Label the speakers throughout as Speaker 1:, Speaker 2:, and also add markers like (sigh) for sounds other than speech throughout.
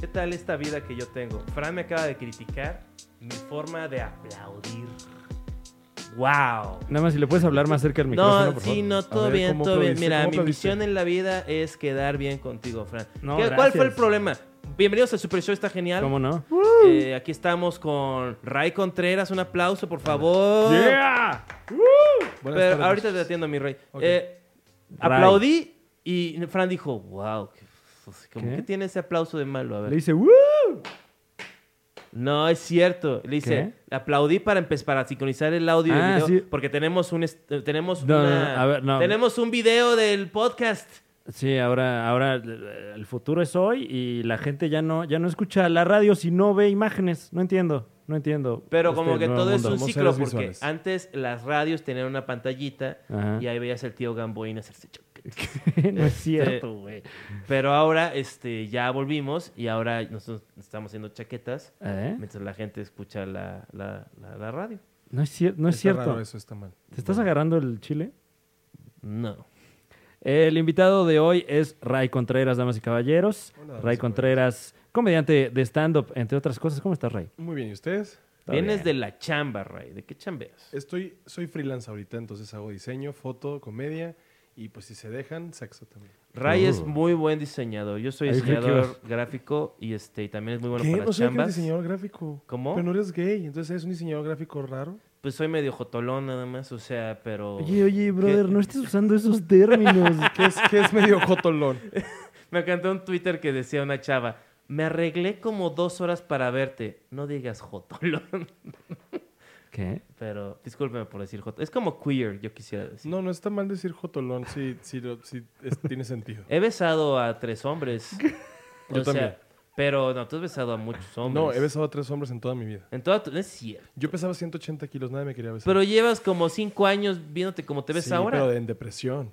Speaker 1: ¿Qué tal esta vida que yo tengo? Fran me acaba de criticar mi forma de aplaudir. ¡Wow!
Speaker 2: Nada más si le puedes hablar más cerca del micrófono,
Speaker 1: No,
Speaker 2: por
Speaker 1: sí,
Speaker 2: favor.
Speaker 1: no,
Speaker 2: A
Speaker 1: todo
Speaker 2: ver,
Speaker 1: bien,
Speaker 2: ¿cómo
Speaker 1: todo bien.
Speaker 2: aplaudiste?
Speaker 1: Mira,
Speaker 2: ¿Cómo
Speaker 1: mi
Speaker 2: aplaudiste?
Speaker 1: misión en la vida es quedar bien contigo, Fran.
Speaker 2: No,
Speaker 1: ¿Qué- ¿Cuál fue el
Speaker 2: gracias.
Speaker 1: problema? Bienvenidos al Super Show, está genial.
Speaker 2: ¿Cómo no?
Speaker 1: Eh, aquí estamos con Ray Contreras, un aplauso, por favor.
Speaker 2: ¡Yeah!
Speaker 3: Buenas
Speaker 1: Pero
Speaker 3: tardes.
Speaker 1: ahorita te atiendo, mi rey.
Speaker 3: Ok.
Speaker 1: Eh,
Speaker 2: Ray.
Speaker 1: aplaudí y Fran dijo, wow, que, como
Speaker 2: ¿Qué?
Speaker 1: que tiene ese aplauso de malo, a ver.
Speaker 2: Le dice, ¡Woo!
Speaker 1: No, es cierto. Le dice, aplaudí para empezar para sincronizar el audio y el
Speaker 2: Ah,
Speaker 1: video.
Speaker 2: sí.
Speaker 1: Porque tenemos un est- eh, tenemos
Speaker 2: No, no,
Speaker 1: una-
Speaker 2: no, a ver, no.
Speaker 1: tenemos un video del podcast.
Speaker 2: Sí, ahora, ahora eh, el futuro es hoy y la gente ya no, ya no escucha la radio si no ve imágenes. No entiendo, no entiendo.
Speaker 1: Pero
Speaker 2: este
Speaker 1: como que
Speaker 2: nuevo
Speaker 1: todo es
Speaker 2: mundo.
Speaker 1: un
Speaker 3: Somos
Speaker 1: ciclo,
Speaker 3: seres
Speaker 1: porque
Speaker 3: visuales.
Speaker 1: antes las radios tenían una pantallita
Speaker 2: Ajá.
Speaker 1: y ahí veías al tío Gamboín hacerse choque.
Speaker 2: (laughs) no es cierto, güey.
Speaker 1: Pero ahora este, ya volvimos y ahora nosotros estamos haciendo chaquetas
Speaker 2: ¿Eh?
Speaker 1: mientras la gente escucha la, la- la- la radio.
Speaker 2: No es, cier- no es
Speaker 3: Está
Speaker 2: cierto.
Speaker 3: raro, eso está mal.
Speaker 2: ¿Te estás agarrando el chile?
Speaker 1: No.
Speaker 2: El invitado de hoy es Ray Contreras, damas y caballeros.
Speaker 3: Hola, damas
Speaker 2: Ray
Speaker 3: y
Speaker 2: Contreras, comediante de stand-up, entre otras cosas. ¿Cómo estás, Ray?
Speaker 3: Muy bien, ¿y ustedes?
Speaker 2: Está
Speaker 1: Vienes
Speaker 2: bien.
Speaker 1: de la chamba, Ray. ¿De qué chambeas?
Speaker 3: Estoy, soy freelance ahorita, entonces hago diseño, foto, comedia y pues si se dejan, sexo también.
Speaker 1: Ray es
Speaker 2: Uh.
Speaker 1: muy buen diseñador. Yo soy
Speaker 2: Ay, creí que
Speaker 1: diseñador gráfico y este y también es muy bueno
Speaker 3: ¿Qué?
Speaker 1: para
Speaker 3: No soy
Speaker 1: chambas.
Speaker 3: diseñador gráfico.
Speaker 1: ¿Cómo?
Speaker 3: Pero no eres gay, entonces eres un diseñador gráfico raro.
Speaker 1: Pues soy medio jotolón nada más, o sea, pero
Speaker 2: Oye, oye, brother, no estés usando esos términos.
Speaker 3: Que es, que es medio jotolón.
Speaker 1: me encantó un Twitter que decía una chava, "Me arreglé como dos horas para verte, no digas jotolón."
Speaker 2: (laughs)
Speaker 1: (laughs)
Speaker 2: ¿Qué?
Speaker 1: Pero discúlpeme por decir jotolón. Es como queer, yo quisiera decir.
Speaker 3: No, no está mal decir jotolón si, si, lo- si es- tiene sentido.
Speaker 1: He besado a tres hombres. O
Speaker 3: (laughs) Yo también.
Speaker 1: pero no, tú has besado a muchos hombres.
Speaker 3: No, he besado a tres hombres en toda mi vida.
Speaker 1: En toda tu- no es cierto.
Speaker 3: Yo pesaba 180 kilos, nadie me quería besar.
Speaker 1: Pero llevas como cinco años viéndote como te ves
Speaker 3: Sí,
Speaker 1: ahora.
Speaker 3: pero en depresión.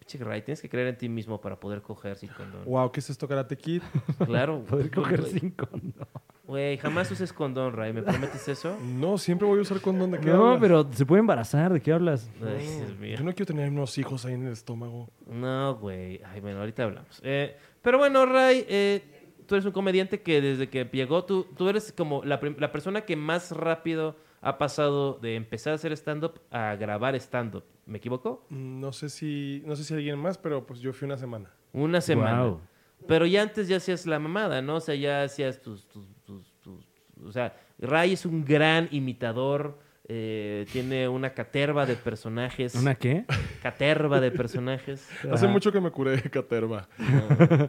Speaker 1: Pinche Ray, tienes que creer en ti mismo para poder coger sin condón.
Speaker 3: (laughs) Wow, ¿qué es esto, Karate Kid?
Speaker 1: Claro.
Speaker 2: Poder coger
Speaker 1: güey.
Speaker 2: sin condón.
Speaker 1: Güey, jamás uses condón, Ray. ¿Me prometes eso?
Speaker 3: (laughs) No, siempre voy a usar
Speaker 2: (laughs)
Speaker 3: condón de qué
Speaker 2: No,
Speaker 3: hablas?
Speaker 2: pero se puede embarazar. ¿De qué hablas?
Speaker 1: Ay, Dios
Speaker 3: Yo
Speaker 1: mío.
Speaker 3: no quiero tener unos hijos ahí en el estómago.
Speaker 1: No, güey. Ay, bueno, ahorita hablamos. Eh, pero bueno, Ray, eh, tú eres un comediante que desde que llegó, tú, tú eres como la, prim- la persona que más rápido ha pasado de empezar a hacer stand-up a grabar stand-up. ¿Me equivoco?
Speaker 3: Mm, No sé si, no sé si alguien más, pero pues yo fui una semana.
Speaker 1: Una semana.
Speaker 2: Guau.
Speaker 1: Pero ya antes ya hacías la mamada, ¿no? O sea, ya hacías tus... tus- tus- tus- o sea, Ray es un gran imitador, eh, tiene una caterva de personajes.
Speaker 2: ¿Una qué?
Speaker 1: Caterva de
Speaker 2: (laughs)
Speaker 1: personajes.
Speaker 3: Hace
Speaker 2: Ah.
Speaker 3: mucho que me curé de caterva.
Speaker 1: Está-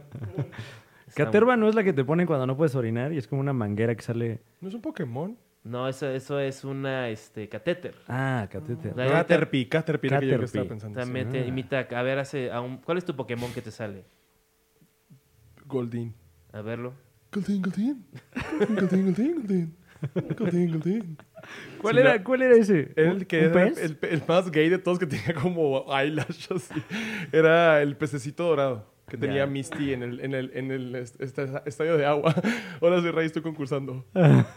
Speaker 2: Caterva no es la que te ponen cuando no puedes orinar y es como una manguera que sale.
Speaker 3: ¿No es un Pokémon?
Speaker 1: No, eso, eso es una este, catéter.
Speaker 2: Ah, catéter.
Speaker 1: La-
Speaker 3: Caterpie, Caterpie, era que yo que
Speaker 2: Caterpie.
Speaker 3: estaba pensando.
Speaker 1: También
Speaker 2: sí.
Speaker 1: te
Speaker 2: Ah.
Speaker 1: imita... A ver, hace a un- ¿cuál es tu Pokémon que te sale?
Speaker 3: sí. Goldin.
Speaker 1: A verlo.
Speaker 3: Goldin, Goldin. Goldin, Goldin, Goldin. Goldin, Goldin.
Speaker 2: ¿Cuál,
Speaker 3: Sí,
Speaker 2: era,
Speaker 3: la-
Speaker 2: ¿Cuál era ese?
Speaker 3: Era el que
Speaker 2: ¿Un
Speaker 3: era
Speaker 2: pez?
Speaker 3: el, el más gay de todos que tenía como eyelash así. Era el pececito dorado que tenía
Speaker 1: Ya.
Speaker 3: Misty en el, en el, en el est- est- estadio de agua. (laughs) Hola, soy Ray, estoy concursando.
Speaker 2: Ah,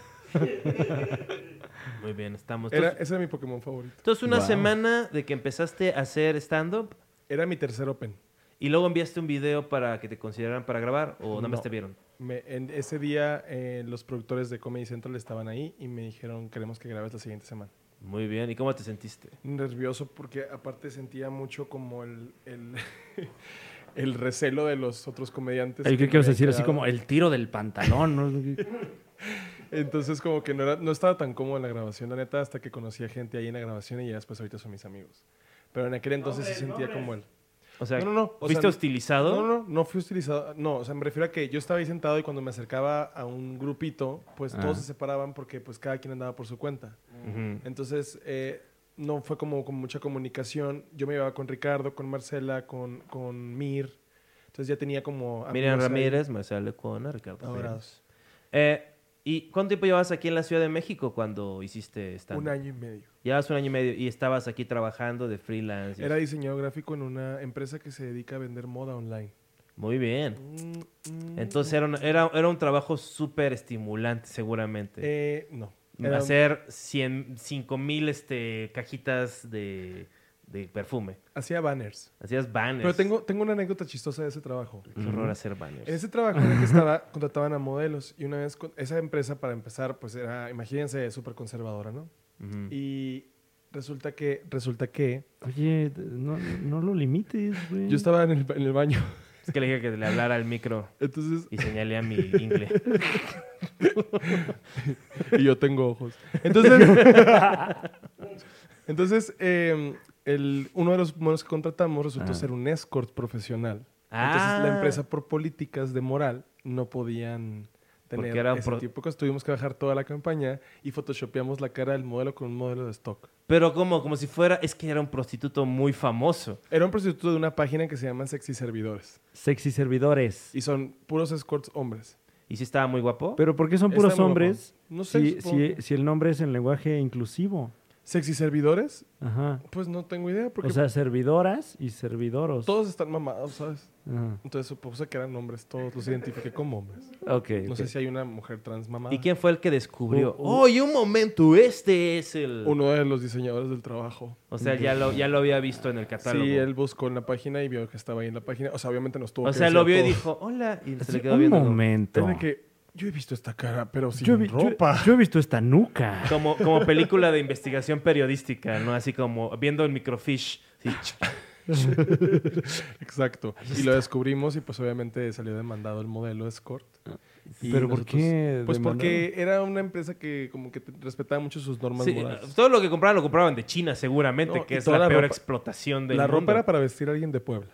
Speaker 1: Muy bien, estamos...
Speaker 2: pues
Speaker 3: Era,
Speaker 1: Entonces,
Speaker 3: ese era mi Pokémon favorito.
Speaker 1: entonces, una
Speaker 2: Wow.
Speaker 1: semana de que empezaste a hacer stand-up
Speaker 3: Era mi tercer Open.
Speaker 1: y luego enviaste un video para que te consideraran para grabar o nada más
Speaker 3: No.
Speaker 1: te vieron.
Speaker 3: Me- en ese día eh, los productores de Comedy Central estaban ahí y me dijeron queremos que grabes la siguiente semana.
Speaker 1: Muy bien, ¿y cómo te sentiste?
Speaker 3: Nervioso porque aparte sentía mucho como el, el, (laughs) el recelo de los otros comediantes.
Speaker 2: El que
Speaker 3: me
Speaker 2: quieres
Speaker 3: habían
Speaker 2: decir así
Speaker 3: quedado.
Speaker 2: como el tiro del pantalón. ¿no? (laughs)
Speaker 3: Entonces como que no, era, no estaba tan cómodo en la grabación, la neta, hasta que conocí a gente ahí en la grabación y ya después ahorita son mis amigos. Pero en aquel entonces sí sentía como el...
Speaker 1: O sea,
Speaker 3: No, no, no, o
Speaker 1: ¿viste
Speaker 3: sea,
Speaker 1: hostilizado?
Speaker 3: No, no, no, no fui utilizado. No, o sea, me refiero a que yo estaba ahí sentado y cuando me acercaba a un grupito, pues
Speaker 2: Ah.
Speaker 3: todos se separaban porque pues cada quien andaba por su cuenta.
Speaker 1: Ujú.
Speaker 3: Entonces, eh, no fue como con mucha comunicación. Yo me llevaba con Ricardo, con Marcela, con, con Mir. Entonces ya tenía como...
Speaker 1: Miriam
Speaker 3: amigos ahí
Speaker 1: Ramírez, Marcelo Lecuona, Ricardo Pérez.
Speaker 3: adorados.
Speaker 1: Eh, ¿Y cuánto tiempo llevas aquí en la Ciudad de México cuando hiciste stand
Speaker 3: Un año y medio.
Speaker 1: Llevas un año y medio y estabas aquí trabajando de freelance. y-
Speaker 3: Era diseñador gráfico en una empresa que se dedica a vender moda online.
Speaker 1: Muy bien. Entonces era un, era, era un trabajo súper estimulante, seguramente. Mm,
Speaker 3: Eh, no. Era-
Speaker 1: Hacer 100, 5 mil este, cajitas de, de perfume.
Speaker 3: Hacía banners.
Speaker 1: Hacías banners.
Speaker 3: Pero tengo, tengo una anécdota chistosa de ese trabajo.
Speaker 1: Qué horror hacer banners.
Speaker 3: En ese trabajo en el que estaba, (laughs) contrataban a modelos. Y una vez, con- esa empresa, para empezar, pues era, imagínense, súper conservadora, ¿no?
Speaker 1: Ujú.
Speaker 3: Y resulta que, resulta que
Speaker 2: Oye, no, no lo limites, güey.
Speaker 3: yo estaba en el, en el baño. (laughs)
Speaker 1: Es que le dije que le hablara al micro
Speaker 3: Entonces,
Speaker 1: y señalé a mi
Speaker 3: (laughs)
Speaker 1: ingle.
Speaker 3: y yo tengo ojos. Entonces, (laughs) entonces eh, el, uno de los modelos que contratamos resultó
Speaker 2: Ah.
Speaker 3: ser un escort profesional.
Speaker 1: Ah.
Speaker 3: Entonces, la empresa, por políticas de moral, no podían tener
Speaker 1: Porque era
Speaker 3: ese
Speaker 1: pro-
Speaker 3: tipo de cosas. Tuvimos que bajar toda la campaña y photoshopeamos la cara del modelo con un modelo de stock.
Speaker 1: Pero como, como si fuera, es que era un prostituto muy famoso.
Speaker 3: Era un prostituto de una página que se llama Sexy Servidores.
Speaker 2: Sexy servidores.
Speaker 3: Y son puros escorts hombres.
Speaker 1: ¿Y si estaba muy guapo?
Speaker 2: Pero ¿por qué son
Speaker 3: Está
Speaker 2: puros
Speaker 3: muy
Speaker 2: hombres?
Speaker 3: guapo. No sé,
Speaker 2: si,
Speaker 3: supongo.
Speaker 2: si, si el nombre es en lenguaje inclusivo.
Speaker 3: ¿Sexy Servidores?
Speaker 2: Ajá.
Speaker 3: Pues no tengo idea, porque
Speaker 2: O sea, servidoras y servidoros.
Speaker 3: todos están mamados, ¿sabes?
Speaker 2: Ajá.
Speaker 3: Entonces supuse que eran hombres, todos los identifiqué como hombres.
Speaker 2: Ok.
Speaker 3: No
Speaker 2: ok.
Speaker 3: sé si hay una mujer trans mamada.
Speaker 1: ¿Y quién fue el que descubrió?
Speaker 2: Uh, uh.
Speaker 1: ¡Oh, y un momento! Este es el...
Speaker 3: Uno de los diseñadores del trabajo.
Speaker 1: O sea, ya lo, ya lo había visto en el catálogo.
Speaker 3: Sí, él buscó en la página y vio que estaba ahí en la página. O sea, obviamente nos tuvo
Speaker 1: O
Speaker 3: que
Speaker 1: sea, lo
Speaker 3: decir
Speaker 1: vio y
Speaker 3: todo.
Speaker 1: dijo, hola, y se
Speaker 2: Así,
Speaker 1: le quedó
Speaker 2: un
Speaker 1: viendo. como-
Speaker 2: momento.
Speaker 3: Era que yo he visto esta cara, pero sin
Speaker 2: Yo, he vi- yo-
Speaker 3: ropa. (laughs)
Speaker 2: yo he visto esta nuca.
Speaker 1: Como, como película de investigación periodística, ¿no? Así como viendo el microfish.
Speaker 3: (laughs)
Speaker 1: Sí, ch-
Speaker 3: Exacto. Y lo descubrimos y pues obviamente salió demandado el modelo escort. Y
Speaker 2: ¿Pero por
Speaker 3: nosotros-
Speaker 2: qué
Speaker 3: Pues
Speaker 2: demandado?
Speaker 3: porque era una empresa que como que te- respetaba mucho sus normas
Speaker 1: sí,
Speaker 3: morales.
Speaker 1: todo lo que compraban lo compraban de China, seguramente,
Speaker 3: No,
Speaker 1: que
Speaker 3: y
Speaker 1: es
Speaker 3: toda
Speaker 1: la,
Speaker 3: la
Speaker 1: peor
Speaker 3: ropa-
Speaker 1: explotación del
Speaker 3: La ropa
Speaker 1: mundo.
Speaker 3: era para vestir a alguien de Puebla.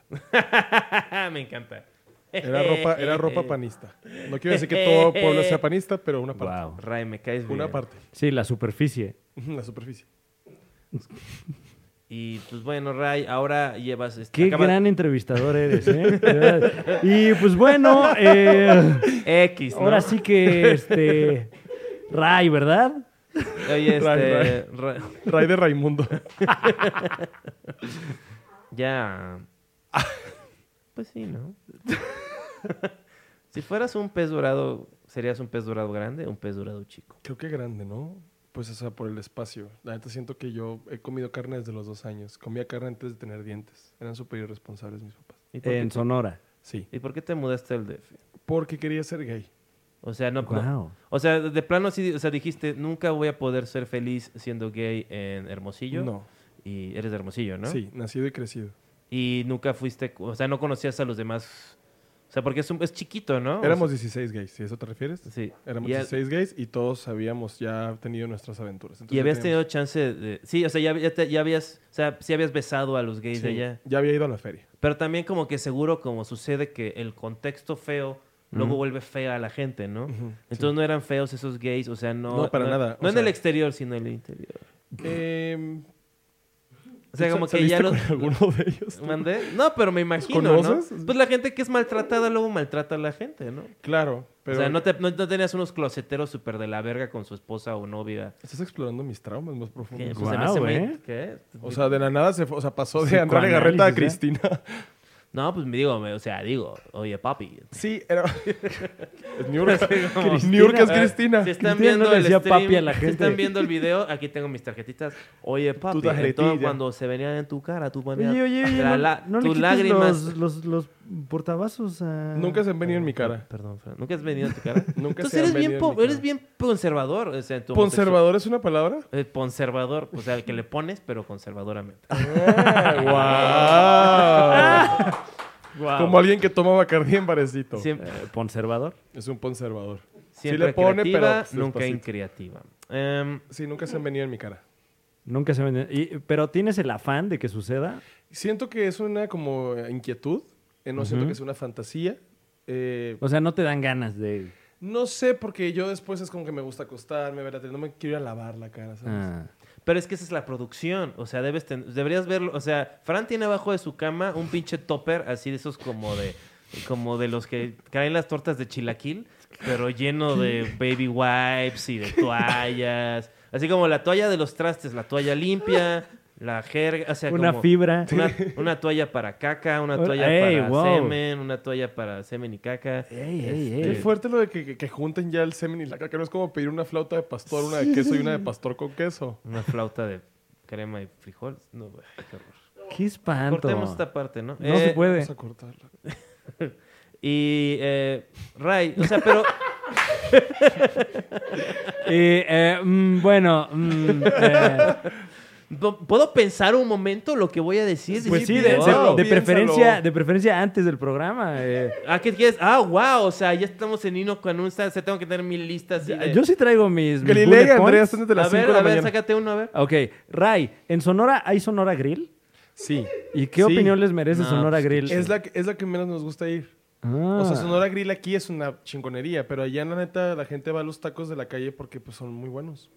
Speaker 1: (laughs) Me encanta.
Speaker 3: Era ropa,
Speaker 1: (laughs)
Speaker 3: era ropa panista. No quiero decir que todo Puebla sea panista, pero una parte.
Speaker 2: Wow.
Speaker 1: Ray, me caes bien.
Speaker 3: Una parte.
Speaker 2: Sí, la superficie.
Speaker 3: (laughs) La superficie.
Speaker 1: Y pues bueno, Ray, ahora llevas... este-
Speaker 2: Qué
Speaker 1: acabas-
Speaker 2: gran entrevistador eres,
Speaker 3: (laughs)
Speaker 2: ¿eh? De verdad. Y pues bueno, eh,
Speaker 3: (laughs)
Speaker 1: X, ¿no?
Speaker 2: ahora sí que, este, Ray, ¿verdad?
Speaker 1: Oye, este...
Speaker 3: Ray,
Speaker 1: Ray-
Speaker 3: Ray de Raimundo. (laughs)
Speaker 1: Ya.
Speaker 3: Ah.
Speaker 1: Pues sí, ¿no? si fueras un pez dorado, ¿serías un pez dorado grande o un pez dorado chico?
Speaker 3: Creo que grande, ¿no? Pues, o sea, por el espacio. La neta siento que yo he comido carne desde los dos años. Comía carne antes de tener dientes. Eran súper irresponsables mis papás.
Speaker 1: ¿Y por,
Speaker 2: En
Speaker 1: qué,
Speaker 2: Sonora.
Speaker 3: Sí.
Speaker 1: y por qué te mudaste al DF?
Speaker 3: Porque quería ser gay.
Speaker 1: O sea, no, no-
Speaker 2: Wow.
Speaker 1: O sea, de plano sí, o sea, dijiste, nunca voy a poder ser feliz siendo gay en Hermosillo.
Speaker 3: No.
Speaker 1: Y eres de Hermosillo, ¿no?
Speaker 3: Sí, nacido y crecido.
Speaker 1: Y nunca fuiste, o sea, no conocías a los demás. O sea, porque es, un- es chiquito, ¿no? O
Speaker 3: Éramos 16 gays, si a eso te refieres.
Speaker 1: sea, sí.
Speaker 3: Éramos
Speaker 1: Y a-
Speaker 3: 16 gays y todos habíamos ya tenido nuestras aventuras. Entonces,
Speaker 1: y
Speaker 3: ya
Speaker 1: habías tenido
Speaker 3: teníamos-
Speaker 1: chance de... Sí, o sea, ya, ya te- ya habías... O sea, sí habías besado a los gays de
Speaker 3: Sí,
Speaker 1: allá.
Speaker 3: Ya había ido a la feria.
Speaker 1: Pero también como que seguro como sucede que el contexto feo luego vuelve fea a la gente, ¿no?
Speaker 3: Ujú, sí.
Speaker 1: Entonces no eran feos esos gays, o sea, no...
Speaker 3: No, para nada,
Speaker 1: No
Speaker 3: o
Speaker 1: en
Speaker 3: sea-
Speaker 1: el exterior, sino en el interior.
Speaker 3: Eh,
Speaker 1: O sea,
Speaker 3: ¿tú
Speaker 1: como que
Speaker 3: saliste
Speaker 1: ya los...
Speaker 3: con alguno de ellos?
Speaker 1: (laughs)
Speaker 3: tú?
Speaker 1: ¿Mandé? No, pero me imagino, ¿no?
Speaker 3: conoces?
Speaker 1: Pues la gente que es maltratada luego maltrata a la gente, ¿no?
Speaker 3: Claro, pero...
Speaker 1: O sea, no, te- no- no tenías unos closeteros súper de la verga con su esposa o novia.
Speaker 3: Estás explorando mis traumas más
Speaker 1: que,
Speaker 3: profundos.
Speaker 1: pues, se me hace
Speaker 2: Guau,
Speaker 1: muy-
Speaker 2: ¿eh?
Speaker 1: ¿qué?
Speaker 3: O sea, de la nada se fue- o sea, pasó de Andrade Garreta
Speaker 1: ¿eh?
Speaker 3: a
Speaker 2: Psicoanálisis,
Speaker 3: Cristina.
Speaker 1: No, pues me digo, me- o sea, digo, oye,
Speaker 2: (laughs)
Speaker 1: papi,
Speaker 3: Sí, era. Es Niurka.
Speaker 1: (laughs) como-
Speaker 3: Niurka es
Speaker 1: A ver,
Speaker 3: Cristina.
Speaker 1: Si están
Speaker 2: Cristina no
Speaker 1: viendo
Speaker 2: le
Speaker 1: el
Speaker 2: decía
Speaker 1: stream,
Speaker 2: papi a la
Speaker 1: si
Speaker 2: gente.
Speaker 1: están viendo el
Speaker 2: (laughs)
Speaker 1: video, aquí tengo mis tarjetitas. Oye, papi, entonces
Speaker 3: tarjetilla.
Speaker 1: cuando se venían en tu cara, tú ponías
Speaker 2: Oye, oye, oye,
Speaker 1: la-
Speaker 2: no,
Speaker 1: la-
Speaker 2: no le
Speaker 1: tus
Speaker 2: quites
Speaker 1: lágrimas.
Speaker 2: los, los, los portavasos a...
Speaker 3: Nunca se han venido en mi cara.
Speaker 1: Perdón, Fran, ¿nunca has venido en tu
Speaker 2: (laughs)
Speaker 1: cara?
Speaker 3: Nunca
Speaker 1: Entonces
Speaker 3: se han
Speaker 1: eres bien,
Speaker 3: venido en
Speaker 1: po-
Speaker 3: mi
Speaker 1: eres
Speaker 3: cara.
Speaker 1: bien conservador. O sea, en tu
Speaker 3: ¿Conservador es
Speaker 1: (laughs)
Speaker 3: una palabra?
Speaker 1: homosexu- eh, conservador, o sea, que le pones, pero
Speaker 2: (laughs)
Speaker 1: conservadoramente.
Speaker 3: ¡Wow!
Speaker 2: Guau.
Speaker 3: Como alguien que toma Bacardí en barecito.
Speaker 1: Siempre,
Speaker 2: Eh, conservador.
Speaker 3: Es un conservador.
Speaker 1: siempre
Speaker 3: le pone,
Speaker 1: creativa,
Speaker 3: pero, pues,
Speaker 1: nunca
Speaker 3: despacito.
Speaker 1: increativa. Em,
Speaker 3: Sí, nunca se han venido en mi cara.
Speaker 2: Nunca se ven... y- pero ¿tienes el afán de que suceda?
Speaker 3: Siento que es una como eh, inquietud. eh, no siento que es una fantasía. Eh,
Speaker 2: O sea, no te dan ganas de...
Speaker 3: no sé, porque yo después es como que me gusta acostarme, ver la tele, No me quiero ir a lavar la cara, ¿sabes?
Speaker 2: Ah.
Speaker 1: Pero es que esa es la producción. O sea, debes ten- deberías verlo. O sea, Fran tiene abajo de su cama un pinche topper así de esos como de como de los que caen las tortas de chilaquil, pero lleno de baby wipes y de toallas. Así como la toalla de los trastes, la toalla limpia, la jerga, o sea,
Speaker 2: Una
Speaker 1: como
Speaker 2: fibra.
Speaker 1: Una, una toalla para caca, una toalla
Speaker 2: Ey,
Speaker 1: para
Speaker 2: wow.
Speaker 1: semen, una toalla para semen y caca.
Speaker 2: Ey, ey,
Speaker 1: Este,
Speaker 3: Qué
Speaker 2: ey.
Speaker 3: fuerte lo de que, que- que junten ya el semen y la caca. No es como pedir una flauta de pastor, una de queso y una de pastor con queso.
Speaker 1: Una flauta de crema y frijoles. No, güey, qué horror.
Speaker 2: Qué espanto.
Speaker 1: Cortemos esta parte, ¿no?
Speaker 2: No se
Speaker 1: Eh,
Speaker 2: puede.
Speaker 3: Vamos a cortarla.
Speaker 1: Y, eh, Ray, o sea, pero
Speaker 2: Y, eh, mm, bueno,
Speaker 1: (laughs)
Speaker 2: mm, eh,
Speaker 1: ¿p- ¿puedo pensar un momento lo que voy a decir?
Speaker 2: pues sí,
Speaker 1: Dice,
Speaker 2: de,
Speaker 1: "Wow".
Speaker 2: de- de
Speaker 3: piénsalo.
Speaker 2: preferencia, de preferencia antes del programa. eh.
Speaker 1: Ah, ¿qué quieres? Ah, wow, o sea, ya estamos en Ino con un... Se tengo que tener mil listas. así de-
Speaker 2: Yo sí traigo mis, mis
Speaker 3: Galilea y
Speaker 2: bullet
Speaker 3: Andrea
Speaker 2: points.
Speaker 3: están desde
Speaker 1: a
Speaker 3: las 5
Speaker 1: ver,
Speaker 3: de la
Speaker 1: a ver,
Speaker 3: mañana.
Speaker 1: sácate uno, a ver.
Speaker 2: Ok, Ray, ¿en Sonora hay Sonora Grill?
Speaker 3: Sí.
Speaker 2: ¿Y qué
Speaker 3: Sí.
Speaker 2: opinión les merece
Speaker 1: No,
Speaker 2: Sonora
Speaker 1: pues, qué
Speaker 2: Grill?
Speaker 1: chido.
Speaker 3: Es la, que- es la que menos nos gusta ir.
Speaker 2: Ah.
Speaker 3: O sea, Sonora Grill aquí es una chingonería, pero allá la neta la gente va a los tacos de la calle porque pues son muy buenos.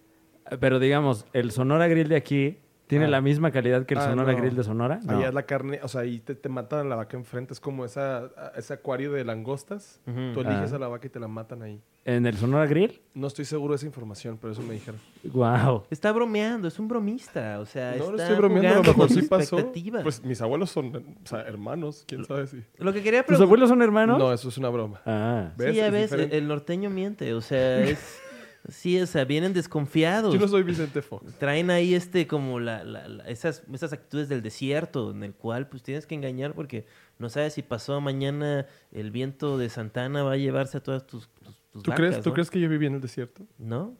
Speaker 2: Pero digamos, el Sonora Grill de aquí tiene
Speaker 3: Ah.
Speaker 2: la misma calidad que el
Speaker 3: Ah,
Speaker 2: Sonora
Speaker 3: no.
Speaker 2: Grill de Sonora. No.
Speaker 3: Allá es la carne, o sea, ahí te, te matan a la vaca enfrente, es como esa, a- ese acuario de langostas.
Speaker 1: Ujú.
Speaker 3: Tú eliges
Speaker 2: Ah.
Speaker 3: a la vaca y te la matan ahí.
Speaker 2: En el Sonora Grill,
Speaker 3: No estoy seguro de esa información, pero eso me dijeron.
Speaker 2: wow.
Speaker 1: Está bromeando, es un bromista, o sea,
Speaker 3: No, no
Speaker 1: está
Speaker 3: estoy bromeando, a lo
Speaker 1: jugando
Speaker 3: mejor
Speaker 1: con
Speaker 3: sí
Speaker 1: sus
Speaker 3: pasó.
Speaker 1: expectativas.
Speaker 3: Pues mis abuelos son o sea, hermanos, quién sabe si.
Speaker 1: Lo que quería
Speaker 2: ¿Tus
Speaker 1: preguntar...
Speaker 2: abuelos son hermanos?
Speaker 3: No, eso es una broma.
Speaker 2: Ah.
Speaker 3: pues, ¿Ves?
Speaker 1: Sí, ya
Speaker 3: Es
Speaker 1: ves,
Speaker 3: diferente.
Speaker 1: el norteño miente, o sea, es... (laughs) sí, o sea, vienen desconfiados.
Speaker 3: Yo no soy Vicente Fox.
Speaker 1: Traen ahí este como la, la- la- esas, esas actitudes del desierto en el cual pues tienes que engañar porque no sabes si pasó mañana el viento de Santana va a llevarse a todas tus, tus, tus
Speaker 3: ¿Tú,
Speaker 1: vacas,
Speaker 3: crees, ¿tú
Speaker 1: ¿no?
Speaker 3: crees que yo viví en el desierto?
Speaker 1: ¿No?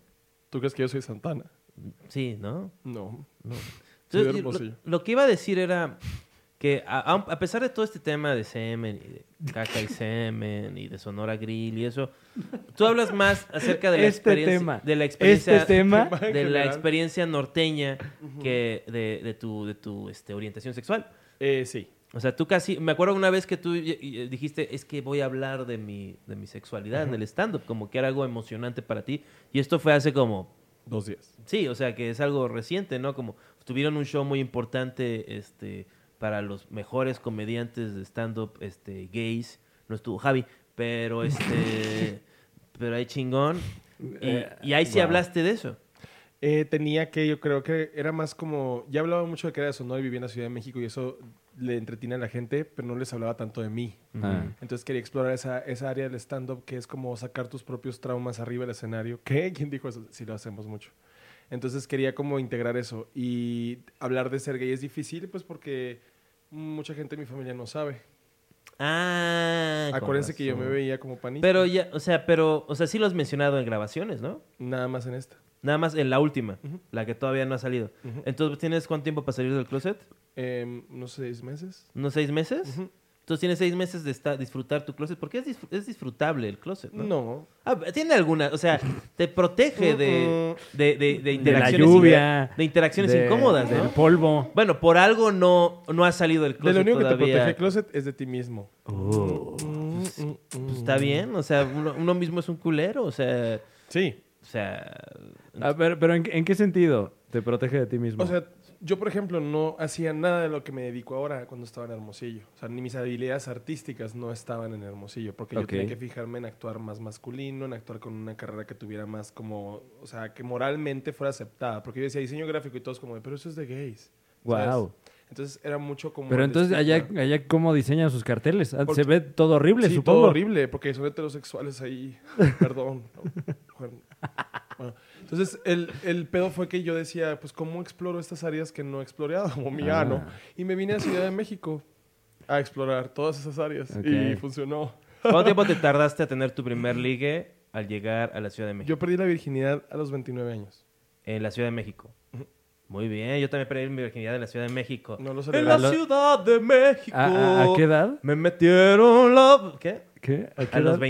Speaker 3: ¿Tú crees que yo soy Santana?
Speaker 1: Sí, ¿no?
Speaker 3: No. Soy de
Speaker 1: Entonces, lo,
Speaker 3: Hermosillo.
Speaker 1: lo que iba a decir era que a, a- a pesar de todo este tema de semen y de caca y semen y de Sonora Grill y eso, tú hablas más acerca de la
Speaker 2: Este
Speaker 1: experiencia
Speaker 2: tema.
Speaker 1: de la
Speaker 2: Este
Speaker 1: experiencia
Speaker 2: tema,
Speaker 3: tema en
Speaker 1: (laughs) de la
Speaker 3: general.
Speaker 1: experiencia norteña que de, de tu de tu este, orientación sexual.
Speaker 3: Eh, sí.
Speaker 1: O sea, tú casi, me acuerdo una vez que tú y- y- dijiste, es que voy a hablar de mi, de mi sexualidad en el stand-up, como que era algo emocionante para ti. Y esto fue hace como
Speaker 3: Dos días.
Speaker 1: Sí, o sea que es algo reciente, ¿no? Como tuvieron un show muy importante este, para los mejores comediantes de stand-up este, gays. No estuvo Javi, pero
Speaker 3: (laughs)
Speaker 1: este. pero hay chingón. Y, y ahí sí
Speaker 2: wow.
Speaker 1: hablaste de eso.
Speaker 3: Eh, tenía que, yo creo que era más como, ya hablaba mucho de que era de Sonora y vivía en la Ciudad de México y eso le entretiene a la gente, pero no les hablaba tanto de mí.
Speaker 2: Ah.
Speaker 3: Entonces quería explorar esa, esa área del stand-up que es como sacar tus propios traumas arriba del escenario. ¿Qué? ¿Quién dijo eso? Sí, lo hacemos mucho. Entonces quería como integrar eso y hablar de ser gay es difícil pues porque mucha gente de mi familia no sabe.
Speaker 1: Ah. con
Speaker 3: Acuérdense que yo
Speaker 1: razón.
Speaker 3: me veía como panista.
Speaker 1: Pero ya, o sea, pero, o sea, sí lo has mencionado en grabaciones, ¿no?
Speaker 3: Nada más en esta.
Speaker 1: Nada más en la última, la que todavía no ha salido. Entonces, ¿tienes cuánto tiempo para salir del closet?
Speaker 3: Em, no sé, seis meses.
Speaker 1: ¿Unos seis meses?
Speaker 3: Ujú.
Speaker 1: Entonces tienes seis meses de esta- disfrutar tu closet, porque es, disfr- es disfrutable el closet, ¿no?
Speaker 3: No,
Speaker 1: Ah, tiene alguna, o sea, te protege de, de, de- de
Speaker 2: De la
Speaker 1: interacciones,
Speaker 2: lluvia.
Speaker 1: inc- de interacciones
Speaker 2: de-
Speaker 1: incómodas,
Speaker 2: Del
Speaker 1: ¿no?
Speaker 2: polvo.
Speaker 1: Bueno, por algo no, no ha salido del
Speaker 3: De
Speaker 1: closet
Speaker 3: lo único que te
Speaker 1: todavía. Oh.
Speaker 3: protege el closet es de ti mismo. Mm,
Speaker 1: Pues está bien, o sea, uno, uno mismo es un culero, o sea,
Speaker 3: Sí.
Speaker 1: o sea,
Speaker 2: A ver, pero ¿en, en qué sentido te protege de ti mismo?
Speaker 3: O sea, yo, por ejemplo, no hacía nada de lo que me dedico ahora cuando estaba en Hermosillo. O sea, ni mis habilidades artísticas no estaban en Hermosillo, porque
Speaker 2: Ok.
Speaker 3: yo tenía que fijarme en actuar más masculino, en actuar con una carrera que tuviera más como, o sea, que moralmente fuera aceptada. Porque yo decía diseño gráfico y todos como, de, pero eso es de gays. ¿sabes?
Speaker 2: Wow.
Speaker 3: Entonces era mucho como...
Speaker 2: pero
Speaker 3: el
Speaker 2: entonces allá,
Speaker 3: estigma.
Speaker 2: allá cómo diseñan sus carteles. Ah,
Speaker 3: Porque-
Speaker 2: Se ve todo horrible,
Speaker 3: Sí,
Speaker 2: supongo.
Speaker 3: todo horrible, porque son
Speaker 2: (laughs)
Speaker 3: heterosexuales ahí. Perdón. Bueno, bueno. Entonces, el, el pedo fue que yo decía, pues, ¿cómo exploro estas áreas que no he explorado? Como mi
Speaker 2: Ah.
Speaker 3: ano. Y me vine a Ciudad de México a explorar todas esas áreas. Y
Speaker 2: Ok.
Speaker 3: funcionó.
Speaker 1: ¿cuánto tiempo te tardaste a tener tu primer ligue al llegar a la Ciudad de México?
Speaker 3: Yo perdí la virginidad a los 29 años.
Speaker 1: En la Ciudad de México. Muy bien, yo también perdí mi virginidad en la Ciudad de México. Ah,
Speaker 3: No lo
Speaker 1: en la
Speaker 3: celebré.
Speaker 1: Ciudad de México.
Speaker 2: ¿A, a- a qué edad?
Speaker 1: Me metieron la... ¿Qué?
Speaker 2: ¿Qué? ¿A qué
Speaker 1: A los
Speaker 2: edad?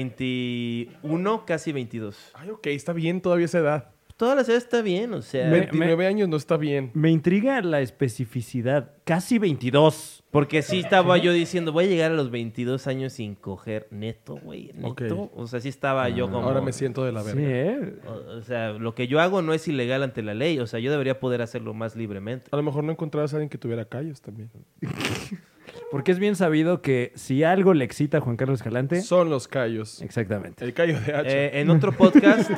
Speaker 1: 21, casi 22.
Speaker 3: Ay, ok, está bien todavía esa edad.
Speaker 1: Toda la ciudad está bien, o sea.
Speaker 2: Me-
Speaker 3: 29 años no está bien.
Speaker 2: Me intriga la especificidad. Casi 22.
Speaker 1: Porque sí estaba yo diciendo, voy a llegar a los 22 años sin coger neto, güey. Neto.
Speaker 3: Ok.
Speaker 1: O sea, sí estaba yo como.
Speaker 3: Ahora me siento de la
Speaker 2: Sí,
Speaker 3: verga.
Speaker 2: ¿eh?
Speaker 1: O, o sea, lo que yo hago no es ilegal ante la ley. O sea, yo debería poder hacerlo más libremente.
Speaker 3: A lo mejor no encontrabas a alguien que tuviera callos también.
Speaker 2: Porque es bien sabido que si algo le excita a Juan Carlos Escalante...
Speaker 3: Son los callos.
Speaker 2: Exactamente.
Speaker 3: El callo de hacha.
Speaker 1: Eh, en otro podcast,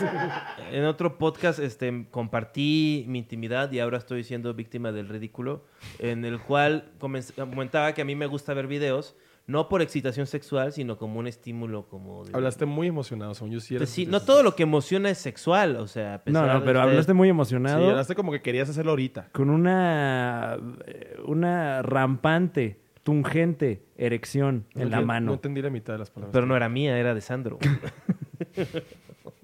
Speaker 1: en otro podcast, este, compartí mi intimidad y ahora estoy siendo víctima del ridículo, en el cual comenz- comentaba que a mí me gusta ver videos, no por excitación sexual, sino como un estímulo como... de-
Speaker 3: Hablaste muy emocionado, según yo sí
Speaker 1: Pues
Speaker 3: eres-
Speaker 1: sí, no todo lo que emociona es sexual, o sea... a
Speaker 2: No,
Speaker 1: pesar
Speaker 2: no,
Speaker 1: de
Speaker 2: pero
Speaker 1: ser-
Speaker 2: hablaste muy
Speaker 3: este- Sí,
Speaker 2: emocionado.
Speaker 3: hablaste como que querías hacerlo ahorita.
Speaker 2: Con una, eh, una rampante, tungente erección en
Speaker 3: No
Speaker 2: la
Speaker 3: entiendo-
Speaker 2: mano.
Speaker 3: No entendí la mitad de las palabras.
Speaker 1: Pero no era mía, era de Sandro. (laughs)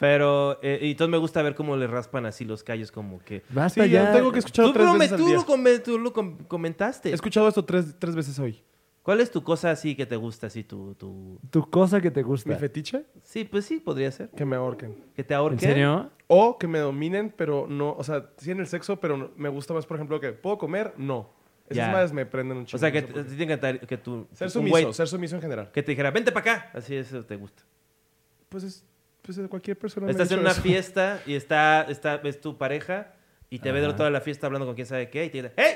Speaker 1: pero, eh, y entonces me gusta ver cómo le raspan así los callos, como que...
Speaker 2: Basta
Speaker 3: Sí, yo
Speaker 2: ya.
Speaker 3: tengo que escuchar
Speaker 1: Tú,
Speaker 3: tres
Speaker 1: brome-
Speaker 3: veces al
Speaker 1: tú
Speaker 3: día.
Speaker 1: lo come- tú lo com- comentaste.
Speaker 3: He escuchado esto tres, tres veces hoy.
Speaker 1: ¿Cuál es tu cosa así que te gusta, así tu... tu...
Speaker 2: Tu cosa que te
Speaker 3: ¿Mi
Speaker 2: gusta.
Speaker 3: fetiche?
Speaker 1: Sí, pues sí, podría ser.
Speaker 3: Que me ahorquen.
Speaker 1: Que te
Speaker 2: ¿En
Speaker 1: ahorquen.
Speaker 2: serio?
Speaker 3: O que me dominen, pero no... O sea, sí en el sexo, pero no- me gusta más, por ejemplo, que ¿puedo comer? No. Esas
Speaker 1: Ya.
Speaker 3: madres me prenden un chingo.
Speaker 1: O sea, que
Speaker 3: no sé
Speaker 1: te,
Speaker 3: por
Speaker 1: te
Speaker 3: qué.
Speaker 1: tiene que encantar que tú...
Speaker 3: Ser
Speaker 1: un
Speaker 3: sumiso,
Speaker 1: güey
Speaker 3: ser sumiso en general.
Speaker 1: Que te dijera, vente para acá. Así eso te gusta.
Speaker 3: Pues es... Pues es cualquier persona me ha
Speaker 1: Estás en
Speaker 3: dicho
Speaker 1: una
Speaker 3: eso.
Speaker 1: fiesta y está, está, ves tu pareja y te ve
Speaker 2: Ajá.
Speaker 1: durante toda la fiesta hablando con quién sabe qué y te dice, ¡Hey!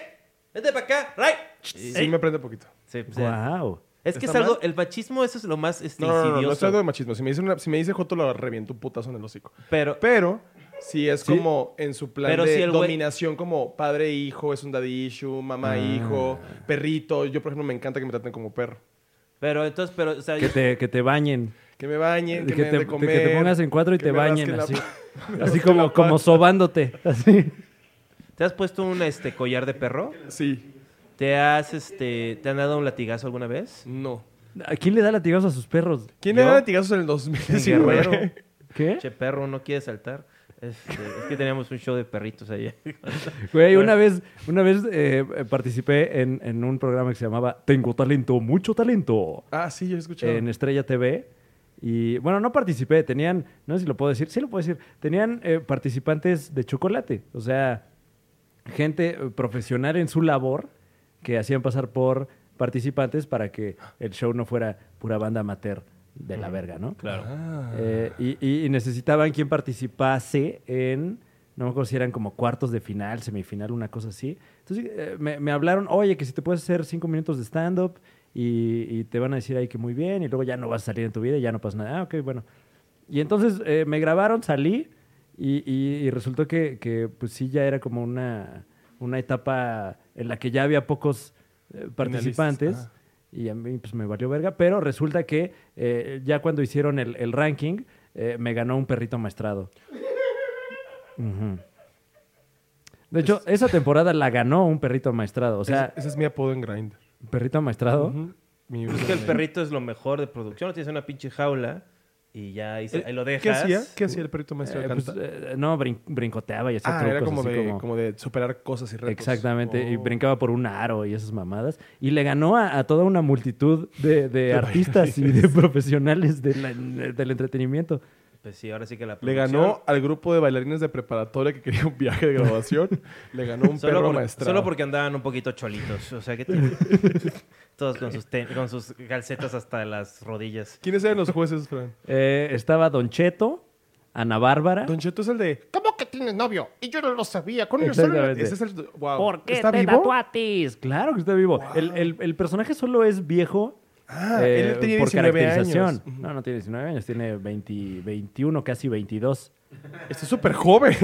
Speaker 1: ¡Vente para acá! ¡Right!
Speaker 3: Sí,
Speaker 1: Ey.
Speaker 3: me prende poquito.
Speaker 1: Sí, o sea,
Speaker 2: Wow.
Speaker 1: Es que es
Speaker 3: ¿Está
Speaker 1: algo,
Speaker 3: mal?
Speaker 1: el machismo eso es lo más este,
Speaker 3: No, no, no, no, no,
Speaker 1: insidioso.
Speaker 3: estoy hablando de machismo. Si me dice, una- si me dice Joto, lo reviento un putazo en el hocico.
Speaker 1: Pero,
Speaker 3: Pero si es
Speaker 2: Sí.
Speaker 3: como en su plan
Speaker 1: Pero
Speaker 3: de
Speaker 1: si el güey-
Speaker 3: dominación, como padre e hijo, es un daddy issue, mamá
Speaker 2: Ah.
Speaker 3: e hijo, perrito. Yo, por ejemplo, me encanta que me traten como perro.
Speaker 1: pero entonces, pero, o sea,
Speaker 2: Que te, que te bañen.
Speaker 3: Que me bañen, que,
Speaker 2: que,
Speaker 3: me
Speaker 2: te,
Speaker 3: den de comer.
Speaker 2: que te pongas en cuatro y
Speaker 3: que
Speaker 2: te
Speaker 3: (laughs) me
Speaker 2: bañen
Speaker 3: rasquen
Speaker 2: así.
Speaker 3: la-
Speaker 2: Así como, como
Speaker 3: (laughs)
Speaker 2: sobándote. Así.
Speaker 1: ¿te has puesto un este, collar de perro?
Speaker 3: Sí.
Speaker 1: ¿Te has, este, te han dado un latigazo alguna vez?
Speaker 3: No.
Speaker 2: ¿A quién le da latigazos a sus perros?
Speaker 3: ¿Quién
Speaker 1: ¿Yo?
Speaker 3: era latigazos en el
Speaker 1: El
Speaker 3: 2019?
Speaker 1: guerrero.
Speaker 2: ¿Qué?
Speaker 1: Che, perro, no quiere saltar. Este, es que teníamos un show de perritos
Speaker 3: (laughs)
Speaker 1: allá.
Speaker 2: Güey, una vez, una vez eh, participé en, en un programa que se llamaba Tengo talento, mucho talento.
Speaker 3: (laughs) Ah, sí, yo he escuchado.
Speaker 2: en Estrella TV. Y bueno, no participé, tenían, no sé si lo puedo decir, sí lo puedo decir, tenían eh, participantes de chocolate, o sea, gente eh, profesional en su labor que hacían pasar por participantes para que el show no fuera pura banda amateur de la verga, ¿no?
Speaker 1: Claro.
Speaker 3: Ah.
Speaker 2: Eh, y- y, y necesitaban quien participase en, no me acuerdo si eran como cuartos de final, semifinal, una cosa así. Entonces eh, me, me hablaron, oye, que si te puedes hacer cinco minutos de stand-up y, y te van a decir ahí que muy bien y luego ya no vas a salir en tu vida y ya no pasa nada. Ah, ok, bueno. Y entonces eh, me grabaron, salí y, y- y resultó que, que, pues sí ya era como una, una etapa en la que ya había pocos eh, participantes.
Speaker 3: Finalistas, ah.
Speaker 2: Y a mí pues me valió verga, pero resulta que eh, ya cuando hicieron el, el ranking, eh, me ganó un perrito maestrado. Ujú. De hecho, esa temporada la ganó un perrito maestrado. O sea,
Speaker 3: Ese- ese Pues es mi apodo en Grindr.
Speaker 2: perrito maestrado.
Speaker 3: Ujú. Mi
Speaker 1: Es que el
Speaker 2: (laughs)
Speaker 3: username.
Speaker 1: perrito es lo mejor de producción. Tienes una pinche jaula y ya ahí, se- ahí lo dejas.
Speaker 3: Eh, ¿Qué hacía? ¿Qué hacía el perrito maestro?
Speaker 2: eh,
Speaker 3: de
Speaker 2: pues,
Speaker 3: canta?
Speaker 2: eh, no, brin- brincoteaba y hacía
Speaker 3: ah,
Speaker 2: trucos.
Speaker 3: era como
Speaker 2: así
Speaker 3: de,
Speaker 2: como-
Speaker 3: como de superar cosas y retos.
Speaker 2: Exactamente, y
Speaker 3: Oh.
Speaker 2: brincaba por un aro y esas mamadas. Y le ganó a, a toda una multitud
Speaker 3: (laughs)
Speaker 2: de, de artistas y de profesionales de la- del entretenimiento.
Speaker 1: Pues sí, ahora sí que la
Speaker 3: Le
Speaker 1: producción...
Speaker 3: ganó al grupo de bailarines de preparatoria que quería un viaje de (laughs) graduación. le ganó un
Speaker 1: Solo,
Speaker 3: perro
Speaker 1: por-
Speaker 3: maestrado.
Speaker 1: solo porque andaban un poquito cholitos. O sea,
Speaker 3: (laughs)
Speaker 1: que tiene- todos con sus, ten- con sus calcetas hasta las rodillas.
Speaker 3: ¿Quiénes eran los jueces, Fran?
Speaker 2: Eh, estaba Don Cheto, Ana Bárbara.
Speaker 3: Don Cheto es el de...
Speaker 4: ¿Cómo que tienes novio? Y yo no lo sabía. Con el solo...
Speaker 2: Exactamente.
Speaker 3: Ese es el... Wow.
Speaker 4: ¿Por
Speaker 3: ¿Está vivo?
Speaker 2: tatuatis? Claro que está vivo. El, el- el personaje solo es viejo.
Speaker 3: Ah,
Speaker 2: eh,
Speaker 3: él tenía
Speaker 2: por
Speaker 3: 19
Speaker 2: caracterización.
Speaker 3: años.
Speaker 2: No, no tiene 19 años, tiene 20 21, casi 22.
Speaker 3: Está súper (laughs) joven.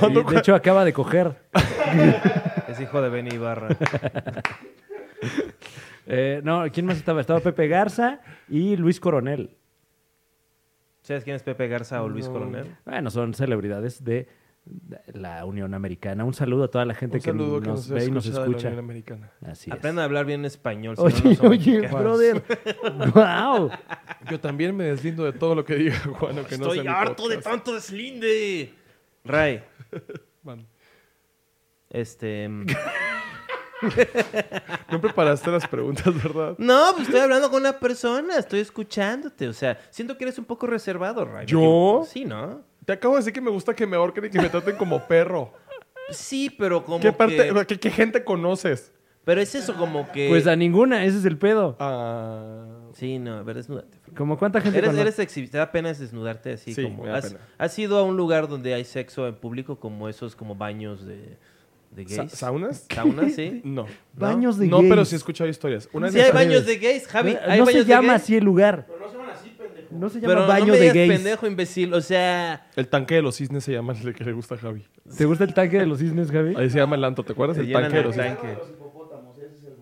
Speaker 3: ¿Cuándo-
Speaker 2: Y, de hecho, acaba de coger.
Speaker 1: Es hijo de Benny Ibarra.
Speaker 2: Eh, no, ¿quién más estaba? Estaba Pepe Garza y Luis Coronel.
Speaker 1: ¿Sabes quién es Pepe Garza o Luis
Speaker 3: No.
Speaker 1: Coronel?
Speaker 2: Bueno, son celebridades de la Unión Americana. Un saludo a toda la gente
Speaker 3: un saludo
Speaker 2: que nos, ve y nos
Speaker 3: escucha de la
Speaker 2: escucha.
Speaker 3: Unión Americana.
Speaker 2: Así es.
Speaker 1: Aprendan a hablar bien español. si no, no
Speaker 2: Oye,
Speaker 1: son
Speaker 2: oye,
Speaker 1: mexicanos.
Speaker 2: brother. wow.
Speaker 3: Yo también me deslindo de todo lo que diga (laughs) Juan, que no
Speaker 1: Estoy
Speaker 3: sea mi
Speaker 1: harto de
Speaker 3: podcast.
Speaker 1: tanto deslinde. Ray,
Speaker 3: Man,
Speaker 1: este... mm,
Speaker 3: No preparaste las preguntas, (laughs) ¿verdad?
Speaker 1: No, pues estoy hablando con una persona, estoy escuchándote. O sea, siento que eres un poco reservado, Ray. ¿Me
Speaker 3: ¿Yo?
Speaker 1: equivoco? Sí, ¿no?
Speaker 3: Te acabo de decir que me gusta que me ahorquen y que me traten como perro.
Speaker 1: Sí, pero como
Speaker 3: ¿Qué, parte,
Speaker 1: que...
Speaker 3: ¿qué, qué gente conoces?
Speaker 1: Pero es eso como que...
Speaker 2: Pues a ninguna, ese es el pedo.
Speaker 3: Ah,
Speaker 1: Sí, no, a ver, desnúdate.
Speaker 2: Como cuánta gente
Speaker 1: Eres,
Speaker 2: conoce?
Speaker 1: eres exhibi- te da pena desnudarte así
Speaker 3: Sí,
Speaker 1: como...
Speaker 3: me da
Speaker 1: Has,
Speaker 3: pena.
Speaker 1: has ido a un lugar donde hay sexo en público como esos como baños de, de
Speaker 3: sa-
Speaker 1: gays?
Speaker 3: ¿Saunas? (laughs)
Speaker 1: ¿Saunas, sí?
Speaker 3: No.
Speaker 2: Baños de
Speaker 3: No, pero
Speaker 2: gays.
Speaker 3: sí he escuchado historias. Una
Speaker 1: Sí
Speaker 3: vez-
Speaker 1: hay baños de gays, Javi.
Speaker 2: No-
Speaker 1: Hay
Speaker 2: no
Speaker 1: baños de
Speaker 2: se llama
Speaker 1: gays.
Speaker 2: así el lugar. no se llama
Speaker 1: Pero
Speaker 2: baño
Speaker 1: no me
Speaker 2: de
Speaker 1: digas
Speaker 2: gays.
Speaker 1: pendejo, imbécil. O sea...
Speaker 3: El tanque de los cisnes se llama el que le gusta a Javi.
Speaker 2: ¿Te gusta el tanque de los cisnes, Javi?
Speaker 3: Ahí se llama el antro, ¿te acuerdas?
Speaker 1: se
Speaker 3: El
Speaker 1: llenan
Speaker 3: tanque de los
Speaker 1: el tanque.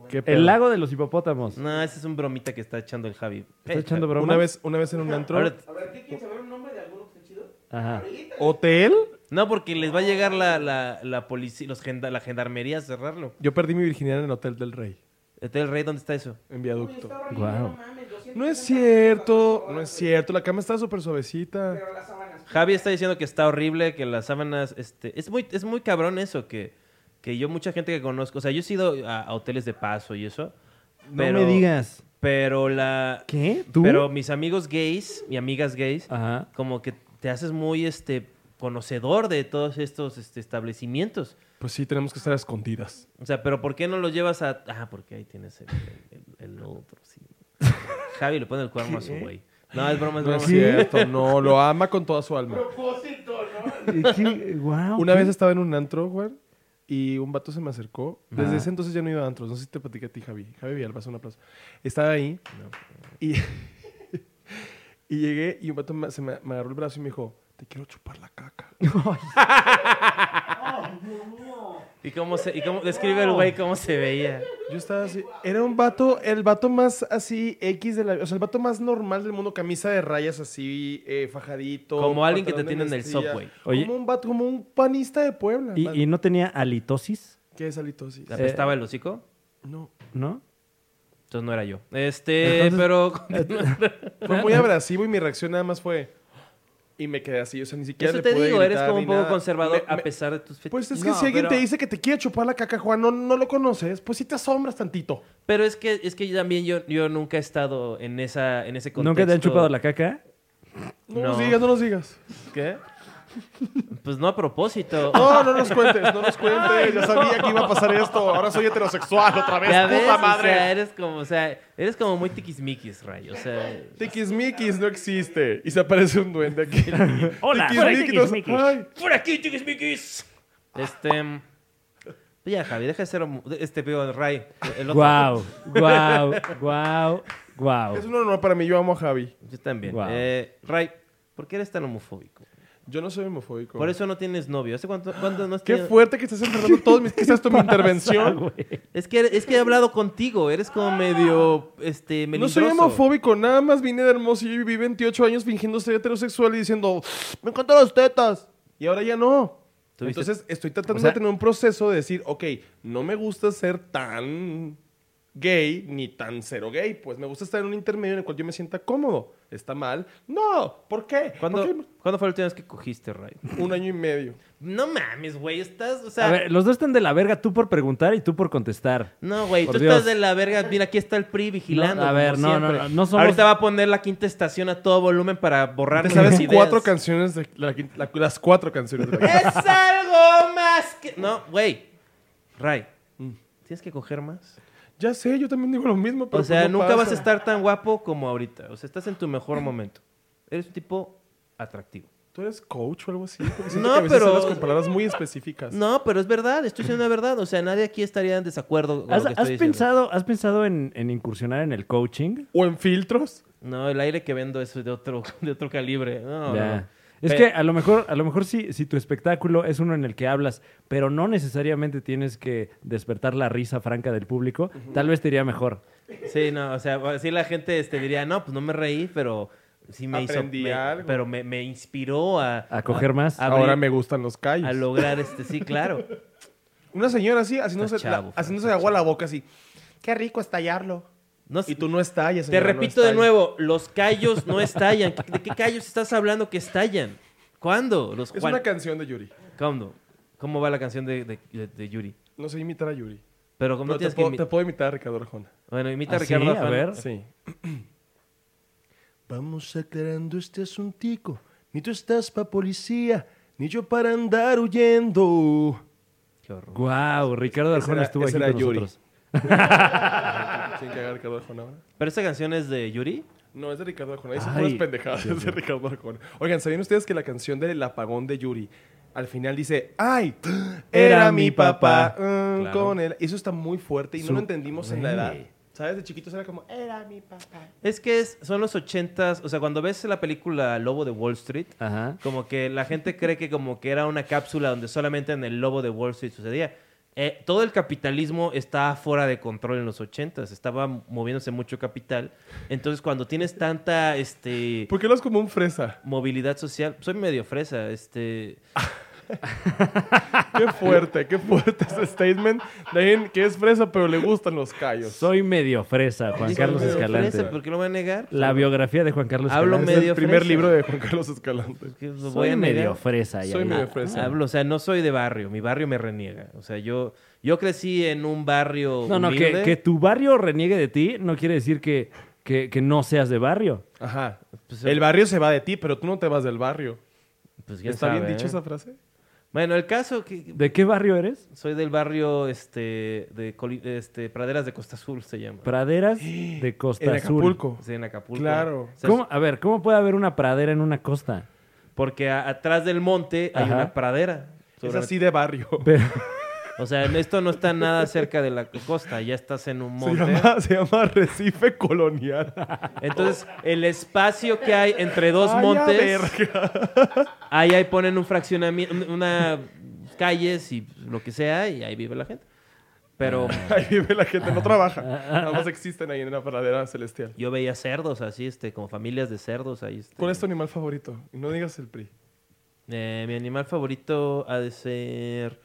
Speaker 3: ¿Qué pedo?
Speaker 2: El lago de los hipopótamos.
Speaker 1: No, ese es un bromita que está echando el Javi. Eh,
Speaker 2: Está echando bromas.
Speaker 3: Una vez, una vez en un antro.
Speaker 1: Ahora-
Speaker 5: ¿qué quieres saber un nombre de alguno que esté chido?
Speaker 2: Ajá.
Speaker 3: ¿Hotel?
Speaker 1: No, porque les va a llegar la, la, la policía, los genda- la gendarmería a cerrarlo.
Speaker 3: Yo perdí mi virginidad en el Hotel del Rey,
Speaker 1: Hotel Rey, ¿dónde está eso?
Speaker 3: en viaducto.
Speaker 2: Guau.
Speaker 3: No es cierto, no es cierto. La cama está súper suavecita.
Speaker 5: Pero las sábanas.
Speaker 1: Javi está diciendo que está horrible, que las sábanas, este, es muy, es muy cabrón eso, que, que yo mucha gente que conozco, o sea, yo he sido a, a hoteles de paso y eso. pero-
Speaker 2: no me digas.
Speaker 1: Pero la,
Speaker 2: ¿Qué? ¿Tú?
Speaker 1: pero mis amigos gays y amigas gays,
Speaker 2: Ajá.
Speaker 1: como que te haces muy, este, conocedor de todos estos este, establecimientos.
Speaker 3: Pues sí, tenemos que estar a escondidas.
Speaker 1: O sea, pero ¿por qué no lo llevas a...? Ah, porque ahí tienes el, el- el- el otro, sí. Javi le pone el cuerno a su güey. No, es broma, es
Speaker 3: No
Speaker 1: broma.
Speaker 3: ¿eh? es cierto,
Speaker 1: (laughs)
Speaker 3: no, lo ama con toda su alma.
Speaker 5: Propósito, ¿no?
Speaker 1: Ah,
Speaker 2: Wow,
Speaker 3: Una vez estaba en un antro, güey, y un vato se me acercó. Desde
Speaker 2: Ajá.
Speaker 3: ese entonces ya no iba a antros. No sé si te platicé a ti, Javi. Javi Villalba, haz un aplauso. Estaba ahí y, (laughs) y llegué y un vato me, se me, me agarró el brazo y me dijo, te quiero chupar la caca.
Speaker 1: ¿Y cómo se...? Y cómo, describe el güey cómo se veía.
Speaker 3: Yo estaba así. Era un vato, el vato más así X de la... O sea, el vato más normal del mundo. Camisa de rayas así, eh, fajadito.
Speaker 1: Como alguien que te
Speaker 3: pantalón de
Speaker 1: tiene en el
Speaker 3: mezclilla.
Speaker 1: subway.
Speaker 2: Oye.
Speaker 3: Como un vato, como un panista de Puebla.
Speaker 2: ¿Y, y no tenía halitosis?
Speaker 3: ¿Qué es halitosis?
Speaker 1: ¿Le apestaba el hocico?
Speaker 3: No.
Speaker 2: ¿No?
Speaker 1: Entonces no era yo. Este,
Speaker 2: Entonces-
Speaker 3: (laughs)
Speaker 1: pero...
Speaker 3: Fue muy abrasivo y mi reacción nada más fue... Y me quedé así, o sea, ni siquiera
Speaker 1: Eso
Speaker 3: le
Speaker 1: te
Speaker 3: pude
Speaker 1: digo, eres
Speaker 3: gritar
Speaker 1: como
Speaker 3: ni
Speaker 1: un poco
Speaker 3: nada.
Speaker 1: conservador
Speaker 3: Me-
Speaker 1: a
Speaker 3: me-
Speaker 1: pesar de tus fechas.
Speaker 3: Pues es que
Speaker 1: No,
Speaker 3: si alguien
Speaker 1: pero-
Speaker 3: te dice que te quiere chupar la caca, Juan, no, no lo conoces, pues sí te asombras tantito.
Speaker 1: Pero es que, es que yo también yo, yo nunca he estado en, esa, en ese contexto.
Speaker 2: ¿Nunca te han chupado la caca?
Speaker 3: No,
Speaker 1: No.
Speaker 3: nos digas, no nos digas. ¿Qué?
Speaker 1: Pues no a
Speaker 3: (laughs)
Speaker 1: propósito.
Speaker 3: No, no nos cuentes, no nos cuentes. Ya sabía que iba a pasar esto. Ahora soy heterosexual otra vez,
Speaker 1: Ya ves,
Speaker 3: Pues, puta
Speaker 1: o
Speaker 3: madre.
Speaker 1: sea, eres como, o sea, eres como muy tiquismiquis, Ray. O sea,
Speaker 3: Tiquismiquis no existe. Y se aparece un duende aquí.
Speaker 2: Hola,
Speaker 3: Tiquismiquis.
Speaker 2: tiquismiquis.
Speaker 3: nos- Ay,
Speaker 1: ¡Por aquí, tiquismiquis! Este. mm, Ya, Javi, deja de ser homo- de- este pido Ray. El otro.
Speaker 2: Guau, guau, guau, guau. (laughs) Ah,
Speaker 3: Es un honor para mí. Yo amo a Javi.
Speaker 1: Yo también.
Speaker 2: Guau.
Speaker 1: Eh, Ray, ¿por qué eres tan homofóbico?
Speaker 3: Yo no soy homofóbico.
Speaker 1: Por eso no tienes novio. ¿Hace cuánto, cuánto no has
Speaker 3: Qué
Speaker 1: tenido-
Speaker 3: fuerte que estás enterrando todos mis. ¿Qué
Speaker 1: (laughs)
Speaker 3: es esto, mi intervención?
Speaker 1: Es que, es que he hablado contigo. Eres como medio. Este,
Speaker 3: No soy
Speaker 1: melindroso.
Speaker 3: homofóbico, nada más vine de Hermosillo y viví 28 años fingiendo ser heterosexual y diciendo, me encantan las tetas. Y ahora ya no.
Speaker 1: Tuviste-
Speaker 3: Entonces estoy tratando
Speaker 2: O sea-
Speaker 3: de tener un proceso de decir, ok, no me gusta ser tan gay ni tan cero gay, pues me gusta estar en un intermedio en el cual yo me sienta cómodo. ¿Está mal? No, ¿por qué? ¿Por
Speaker 1: ¿Cuándo,
Speaker 3: qué?
Speaker 1: ¿Cuándo fue la última vez que cogiste, Ray?
Speaker 3: Un año y medio.
Speaker 1: No mames, güey. Estás, o sea.
Speaker 2: A ver, los dos están de la verga, tú por preguntar y tú por contestar.
Speaker 1: No, güey, tú
Speaker 2: Por
Speaker 1: estás
Speaker 2: Dios.
Speaker 1: de la verga. Mira, aquí está el PRI vigilando.
Speaker 2: No, a ver,
Speaker 1: como
Speaker 2: no, no,
Speaker 1: siempre.
Speaker 2: no, no somos-
Speaker 1: Ahorita va a poner la quinta estación a todo volumen para borrar
Speaker 3: ¿Te
Speaker 1: las
Speaker 3: sabes
Speaker 1: ideas.
Speaker 3: cuatro canciones de la quin- la- las cuatro
Speaker 1: (laughs)
Speaker 3: canciones de la quinta?
Speaker 1: Es algo más que. No, güey. Ray, mm, tienes que coger más.
Speaker 3: Ya sé, yo también digo lo mismo, pero
Speaker 1: O sea,
Speaker 3: pues no
Speaker 1: nunca vas a
Speaker 3: pasa.
Speaker 1: estar tan guapo como ahorita. O sea, estás en tu mejor momento. Eres un tipo atractivo.
Speaker 3: ¿Tú eres coach o algo así? Porque siento
Speaker 1: No,
Speaker 3: que a veces
Speaker 1: pero-
Speaker 3: hablas con palabras muy específicas.
Speaker 1: No, pero es verdad, estoy diciendo la verdad. O sea, nadie aquí estaría en desacuerdo con
Speaker 2: ¿Has,
Speaker 1: lo que
Speaker 2: has
Speaker 1: estoy diciendo.
Speaker 2: pensado, ¿Has pensado en, en incursionar en el coaching?
Speaker 3: ¿O en filtros?
Speaker 1: No, el aire que vendo es de otro, (laughs) de otro calibre. No, no,
Speaker 2: Ya.
Speaker 1: no.
Speaker 2: Es
Speaker 1: Pe-
Speaker 2: que a lo mejor, a lo mejor si, si tu espectáculo es uno en el que hablas, pero no necesariamente tienes que despertar la risa franca del público, tal vez te iría mejor.
Speaker 1: Sí, no, o sea, sí la gente este, diría, no, pues no me reí, pero sí me
Speaker 3: Aprendí
Speaker 1: hizo. me-
Speaker 3: algo.
Speaker 1: Pero me, me inspiró a.
Speaker 2: A coger más.
Speaker 1: a abrir-
Speaker 3: Ahora me gustan los calles.
Speaker 1: A lograr este, sí, claro.
Speaker 3: Una señora así, haciéndose,
Speaker 1: Está
Speaker 3: la-
Speaker 1: chavo, Fran,
Speaker 3: haciéndose
Speaker 1: está
Speaker 3: agua a la boca así.
Speaker 4: Qué rico estallarlo.
Speaker 1: No sé-
Speaker 3: Y tú no estallas.
Speaker 1: Te
Speaker 3: señora, no
Speaker 1: repito de
Speaker 3: estallas.
Speaker 1: nuevo, los callos no estallan. ¿Qué- ¿De qué callos estás hablando que estallan? ¿Cuándo? Los
Speaker 3: Es
Speaker 1: Juan-
Speaker 3: una canción de Yuri.
Speaker 1: ¿Cuándo? ¿Cómo va la canción de, de- de- de Yuri?
Speaker 3: No sé imitar a Yuri.
Speaker 1: Pero como no
Speaker 3: Pero te,
Speaker 1: tienes que
Speaker 3: puedo,
Speaker 1: imi-
Speaker 3: te puedo imitar a Ricardo Arjona.
Speaker 1: Bueno, imita
Speaker 2: ¿Ah,
Speaker 1: a Ricardo
Speaker 2: sí?
Speaker 1: Afán.
Speaker 2: A ver.
Speaker 3: Sí.
Speaker 6: (clears throat) Vamos aclarando este asuntico. Ni tú estás pa' policía, ni yo para andar huyendo.
Speaker 1: Qué horror.
Speaker 2: Guau, Ricardo
Speaker 3: Ese
Speaker 2: Arjona
Speaker 3: era-
Speaker 2: estuvo
Speaker 3: ese
Speaker 2: aquí
Speaker 3: era
Speaker 2: con
Speaker 3: Yuri.
Speaker 2: nosotros.
Speaker 3: ¿Quién que haga Ricardo Arjona ahora?
Speaker 1: ¿Pero esa canción es de Yuri?
Speaker 3: No, es de Ricardo Arjona. Dice
Speaker 2: Ay,
Speaker 3: puras pendejadas. Es de Ricardo Arjona. Oigan, ¿sabían ustedes que la canción del apagón de Yuri al final dice, ¡ay! Era mi papá. mm,
Speaker 1: Claro.
Speaker 3: Con él. Y eso está muy fuerte y no
Speaker 2: Su-
Speaker 3: lo entendimos en la edad.
Speaker 2: Güey.
Speaker 3: ¿Sabes? De chiquitos era como, "Eh".
Speaker 4: Era mi papá.
Speaker 1: Es que es- son los ochentas. O sea, cuando ves la película Lobo de Wall Street,
Speaker 2: Ajá.
Speaker 1: como que la gente cree que como que era una cápsula donde solamente en el Lobo de Wall Street sucedía. eh, todo el capitalismo está fuera de control en los 80 estaba moviéndose mucho capital. Entonces, cuando tienes tanta este,
Speaker 3: ¿Por qué lo es como un fresa?
Speaker 1: movilidad social, soy medio fresa, este,
Speaker 3: (laughs) Qué fuerte, qué fuerte ese statement de alguien que es fresa pero le gustan los callos.
Speaker 2: Soy medio fresa, Juan
Speaker 1: soy
Speaker 2: Carlos
Speaker 1: medio
Speaker 2: Escalante.
Speaker 1: fresa, ¿por qué lo voy a negar?
Speaker 2: La biografía de Juan Carlos
Speaker 1: Hablo
Speaker 2: Escalante.
Speaker 3: es el
Speaker 1: medio
Speaker 3: primer
Speaker 1: fresa.
Speaker 3: libro de Juan Carlos Escalante.
Speaker 1: ¿Por qué lo
Speaker 2: Soy
Speaker 1: voy a negar?
Speaker 2: medio fresa. ya
Speaker 3: Soy
Speaker 2: vi.
Speaker 3: medio fresa.
Speaker 1: Hablo, o sea, no soy de barrio, mi barrio me reniega. O sea, yo, yo crecí en un barrio.
Speaker 2: No, no, que,
Speaker 1: humilde.
Speaker 2: que tu barrio reniegue de ti no quiere decir que, que, que no seas de barrio.
Speaker 3: Ajá.
Speaker 1: Pues,
Speaker 3: el barrio se va de ti, pero tú no te vas del barrio.
Speaker 1: Pues, quién
Speaker 3: ¿Está bien
Speaker 1: sabe,
Speaker 3: dicho
Speaker 1: ¿eh?
Speaker 3: esa frase?
Speaker 1: Bueno, el caso que
Speaker 2: ¿De qué barrio eres?
Speaker 1: soy del barrio este de Coli- este, Praderas de Costa Azul se llama.
Speaker 2: Praderas de
Speaker 1: Pues
Speaker 2: Costa
Speaker 3: En
Speaker 2: Azul.
Speaker 3: Acapulco.
Speaker 1: Sí, en Acapulco.
Speaker 3: Claro.
Speaker 1: O sea,
Speaker 2: ¿Cómo? A ver, ¿cómo puede haber una pradera en una
Speaker 3: (laughs)
Speaker 2: costa?
Speaker 1: Porque a- atrás del monte hay
Speaker 2: Ajá.
Speaker 1: una pradera.
Speaker 3: Es así de barrio.
Speaker 1: (laughs)
Speaker 2: Pero-
Speaker 1: O sea, esto no está nada cerca de la costa, ya estás en un
Speaker 3: Se
Speaker 1: monte.
Speaker 3: llama, se llama Recife Colonial.
Speaker 1: Entonces, el espacio que hay entre (laughs) dos
Speaker 3: Ay, a
Speaker 1: montes,
Speaker 3: ver.
Speaker 1: ahí, ahí ponen un fraccionamiento, una calles y lo que sea, y ahí vive la gente. Pero
Speaker 3: Ahí vive la gente, no trabaja.
Speaker 1: Ah,
Speaker 3: Nada más existen ahí en la pradera celestial.
Speaker 1: yo veía cerdos así, este, como familias de cerdos ahí. este.
Speaker 3: ¿Cuál es tu animal favorito? Y no digas el PRI.
Speaker 1: Eh, mi animal favorito ha de ser.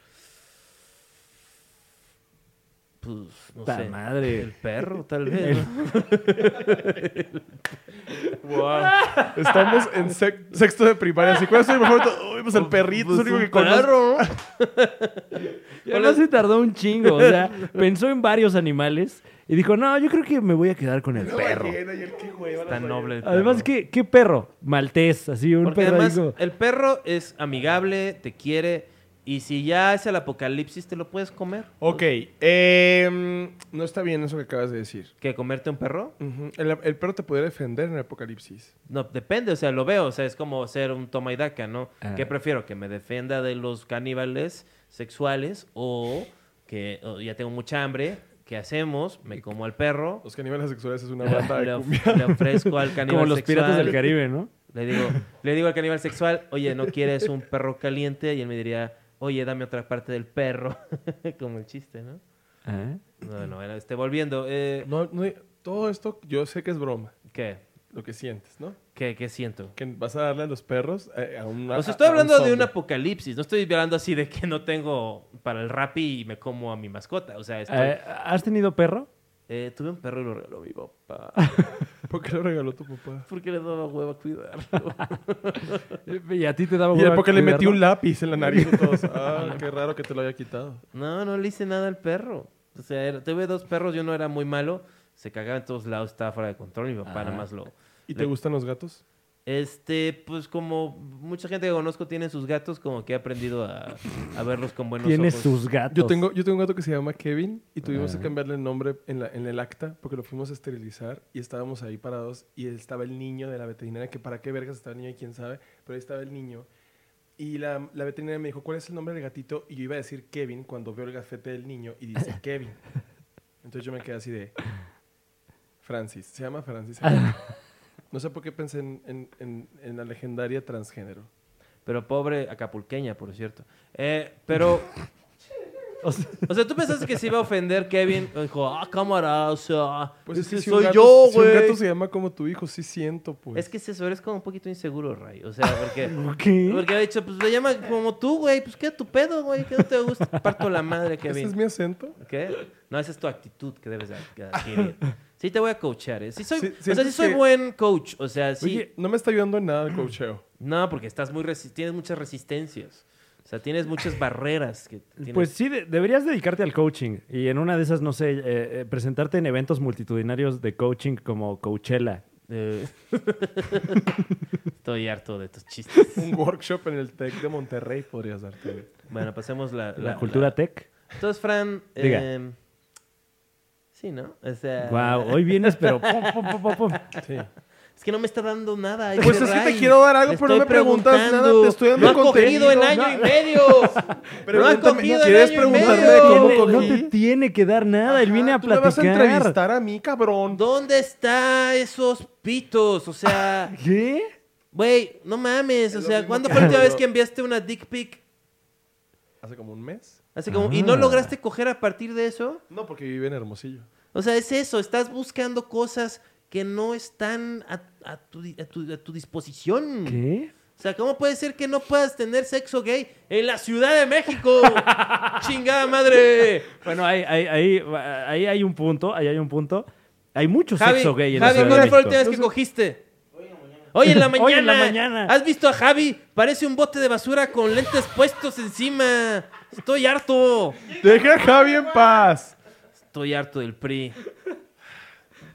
Speaker 1: Pues, no
Speaker 2: ¡Ta
Speaker 1: sé.
Speaker 2: madre!
Speaker 1: El perro,
Speaker 3: (laughs)
Speaker 1: tal vez. ¿no?
Speaker 3: Ah, Estamos en sec- sexto de primaria. ¿sí? ¿Cuál es tu animal favorito? Uy, pues el perrito. es
Speaker 1: Pues,
Speaker 3: el único
Speaker 1: un
Speaker 3: que conozco.
Speaker 1: perro, ¿no?
Speaker 2: Y además se tardó un chingo, o
Speaker 3: (laughs)
Speaker 2: sea, pensó en varios animales y dijo, no, yo creo que me voy a quedar con el perro.
Speaker 1: Tan noble. el
Speaker 2: Además,
Speaker 1: perro.
Speaker 2: ¿qué, qué perro? Maltés, así, un
Speaker 1: Porque
Speaker 2: perro ahí
Speaker 1: además,
Speaker 2: como-
Speaker 1: el perro es amigable, te quiere. Y si ya es el apocalipsis, te lo puedes comer.
Speaker 3: Ok, em, no está bien eso que acabas de decir.
Speaker 1: ¿Que comerte un perro?
Speaker 3: Ujú. el, el perro te podría defender en el apocalipsis.
Speaker 1: No, depende, o sea, lo veo, o sea, es como ser un toma y daca, ¿no?
Speaker 2: Ah.
Speaker 1: ¿Qué prefiero? ¿Que me defienda de los caníbales sexuales o que o ya tengo mucha hambre? ¿Qué hacemos? ¿Me como al perro?
Speaker 3: Los caníbales sexuales es una
Speaker 1: (laughs)
Speaker 3: banda
Speaker 1: Le,
Speaker 3: de
Speaker 1: of-
Speaker 3: cumbia.
Speaker 1: le ofrezco
Speaker 3: (laughs)
Speaker 1: al caníbal
Speaker 2: como los
Speaker 1: sexual.
Speaker 2: piratas del Caribe, ¿no?
Speaker 1: Le digo, le digo al caníbal sexual, oye, ¿no quieres un perro caliente? Y él me diría, oye, dame otra parte del perro. (laughs) como el chiste, ¿no?
Speaker 2: Ah.
Speaker 1: No, no, era- este, volviendo. eh,
Speaker 3: No, no, todo esto yo sé que es broma,
Speaker 1: ¿Qué?
Speaker 3: lo que sientes, ¿no?
Speaker 1: ¿Qué, qué siento?
Speaker 3: Que vas a darle a los perros eh, a una.
Speaker 1: O sea,
Speaker 3: a-
Speaker 1: estoy
Speaker 3: a un
Speaker 1: hablando de un
Speaker 3: zombie.
Speaker 1: apocalipsis. No estoy hablando así de que no tengo para el rapi y me como a mi mascota. O sea, estoy-
Speaker 2: Eh, ¿Has tenido perro?
Speaker 1: Eh, tuve un perro y lo regaló mi papá.
Speaker 3: ¿Por qué lo regaló tu papá?
Speaker 1: Porque le daba hueva cuidar.
Speaker 2: (laughs) Y a ti te daba
Speaker 3: Y
Speaker 2: hueva
Speaker 3: porque le metí
Speaker 2: cuidarlo?
Speaker 3: un lápiz en la nariz a todos. (laughs) Ah, qué raro que te lo haya quitado.
Speaker 1: No, no le hice nada al perro. O sea, era- tuve dos perros, yo no era muy malo. Se cagaba en todos lados, estaba fuera de control. Mi papá
Speaker 2: Ajá.
Speaker 1: nada más lo.
Speaker 3: ¿Y te
Speaker 1: Le-
Speaker 3: gustan los gatos?
Speaker 1: Este, pues como mucha gente que conozco tiene sus gatos, como que he aprendido a, a verlos con buenos
Speaker 2: Tiene
Speaker 1: ojos.
Speaker 2: sus gatos.
Speaker 3: Yo tengo, yo tengo un gato que se llama Kevin y tuvimos
Speaker 1: Ah.
Speaker 3: que cambiarle el nombre en, la- en el acta porque lo fuimos a esterilizar y estábamos ahí parados y estaba el niño de la veterinaria, que para qué vergas estaba el niño y quién sabe, pero ahí estaba el niño. Y la, la veterinaria me dijo, ¿cuál es el nombre del gatito? Y yo iba a decir Kevin cuando veo el gafete del niño y
Speaker 1: (laughs)
Speaker 3: dice Kevin. Entonces yo me quedé así de... Francis, se
Speaker 1: (laughs)
Speaker 3: llama Francis. No sé por qué pensé en, en- en- en la legendaria transgénero.
Speaker 1: Pero pobre acapulqueña, por cierto. Eh, pero. O
Speaker 2: (laughs)
Speaker 1: sea, o sea, tú pensaste que se iba a ofender Kevin. Dijo, ah, cámara, o sea.
Speaker 3: Pues es que si un
Speaker 1: soy
Speaker 3: gato-
Speaker 1: yo,
Speaker 3: si un
Speaker 1: güey.
Speaker 3: gato se llama como tu hijo, sí siento, pues.
Speaker 1: Es que si eso eres como un poquito inseguro, Ray. O sea,
Speaker 3: (laughs)
Speaker 1: porque.
Speaker 2: ¿Qué?
Speaker 1: Porque ha dicho, pues le llama como tú, güey. Pues qué tu pedo, güey. Que no te gusta. Parto la madre,
Speaker 3: ¿Ese
Speaker 1: Kevin.
Speaker 3: es mi acento?
Speaker 1: ¿Qué? No, esa es tu actitud que debes ad- adquirir. Sí, te voy a coachar. ¿eh? Sí, soy,
Speaker 3: Sí,
Speaker 1: o sea, sí
Speaker 3: sientes
Speaker 1: soy
Speaker 3: que-
Speaker 1: buen coach. O sea, sí.
Speaker 3: Oye, no me está ayudando en nada el cocheo.
Speaker 1: No, porque estás muy resi- tienes muchas resistencias. O sea, tienes muchas barreras que tienes.
Speaker 2: Pues sí, de- deberías dedicarte al coaching y en una de esas, no sé, eh, eh, presentarte en eventos multitudinarios de coaching como Coachella.
Speaker 3: (laughs)
Speaker 1: Eh, (laughs) Estoy harto de tus chistes.
Speaker 3: Un workshop en el TEC de Monterrey podrías darte.
Speaker 1: Bueno, pasemos la...
Speaker 2: La, cultura tech.
Speaker 1: la- Entonces, Fran...
Speaker 2: Diga.
Speaker 1: eh, sí, ¿no? O sea...
Speaker 2: Guau, hoy vienes, (laughs) pero... pum, pum, pum, pum, pum.
Speaker 1: Es que no me está dando nada. ay,
Speaker 3: Pues es que
Speaker 1: Ray.
Speaker 3: te quiero dar algo,
Speaker 1: Le
Speaker 3: pero no
Speaker 1: estoy
Speaker 3: me preguntas nada,
Speaker 1: preguntando.
Speaker 3: te estoy dando
Speaker 1: no ha cogido
Speaker 3: contenido,
Speaker 1: en año
Speaker 3: no.
Speaker 1: y
Speaker 3: (laughs)
Speaker 1: medio. no ha
Speaker 3: Pregúntame,
Speaker 1: cogido
Speaker 3: ¿quieres
Speaker 1: en año y
Speaker 3: preguntarme
Speaker 1: medio.
Speaker 3: cómo
Speaker 2: Tiene- no
Speaker 3: cogí?
Speaker 2: te tiene que dar nada, él viene a
Speaker 3: Ah, ¿Tú me vas a
Speaker 2: platicar.
Speaker 3: entrevistar a mí, cabrón?
Speaker 1: ¿Dónde está esos pitos? O sea...
Speaker 2: ¿Qué?
Speaker 1: Güey, no mames. O
Speaker 3: lo
Speaker 1: sea,
Speaker 3: mismo
Speaker 1: ¿cuándo
Speaker 3: que
Speaker 1: fue la última
Speaker 3: hago yo.
Speaker 1: vez que enviaste una dick pic?
Speaker 3: hace como un mes.
Speaker 1: Así como, ¿y no
Speaker 2: Ah.
Speaker 1: lograste coger a partir de eso?
Speaker 3: No, porque vive en Hermosillo.
Speaker 1: O sea, es eso, estás buscando cosas que no están a, a tu, di- a tu- a tu disposición.
Speaker 2: ¿Qué?
Speaker 1: O sea, ¿cómo puede ser que no puedas tener sexo gay en la Ciudad de
Speaker 2: (laughs)
Speaker 1: México? ¡Chingada madre!
Speaker 2: Bueno, ahí, ahí, ahí, ahí hay un punto, ahí hay un punto. Hay mucho
Speaker 1: Javi,
Speaker 2: sexo gay en
Speaker 1: Javi,
Speaker 2: la Ciudad
Speaker 1: ¿cuándo
Speaker 2: de
Speaker 1: fue la
Speaker 2: México.
Speaker 1: última vez que cogiste? Hoy en la mañana.
Speaker 2: Hoy en la mañana.
Speaker 1: ¿Has visto a Javi? Parece un bote de basura con lentes puestos encima. Estoy harto.
Speaker 3: Deja a Javi en paz.
Speaker 1: Estoy harto del PRI.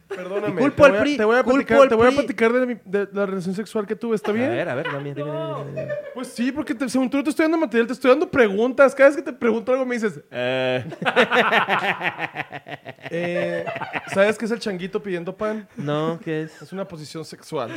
Speaker 3: Perdóname.
Speaker 1: Y culpo
Speaker 3: te voy
Speaker 1: al
Speaker 3: a-
Speaker 1: PRI,
Speaker 3: Te voy a
Speaker 1: culpo
Speaker 3: platicar,
Speaker 1: al
Speaker 3: te voy a
Speaker 1: PRI.
Speaker 3: platicar de, mi- de la relación sexual que tuve, ¿está
Speaker 1: A
Speaker 3: bien?
Speaker 1: ver, a ver, dame, dime, dime, dime, dime.
Speaker 3: Pues sí, porque te- según tú no te estoy dando material, te estoy dando preguntas. Cada vez que te pregunto algo me dices,
Speaker 1: (laughs)
Speaker 3: eh. Eh, ¿Sabes qué es el changuito pidiendo pan?
Speaker 1: No, ¿qué es?
Speaker 3: Es una posición sexual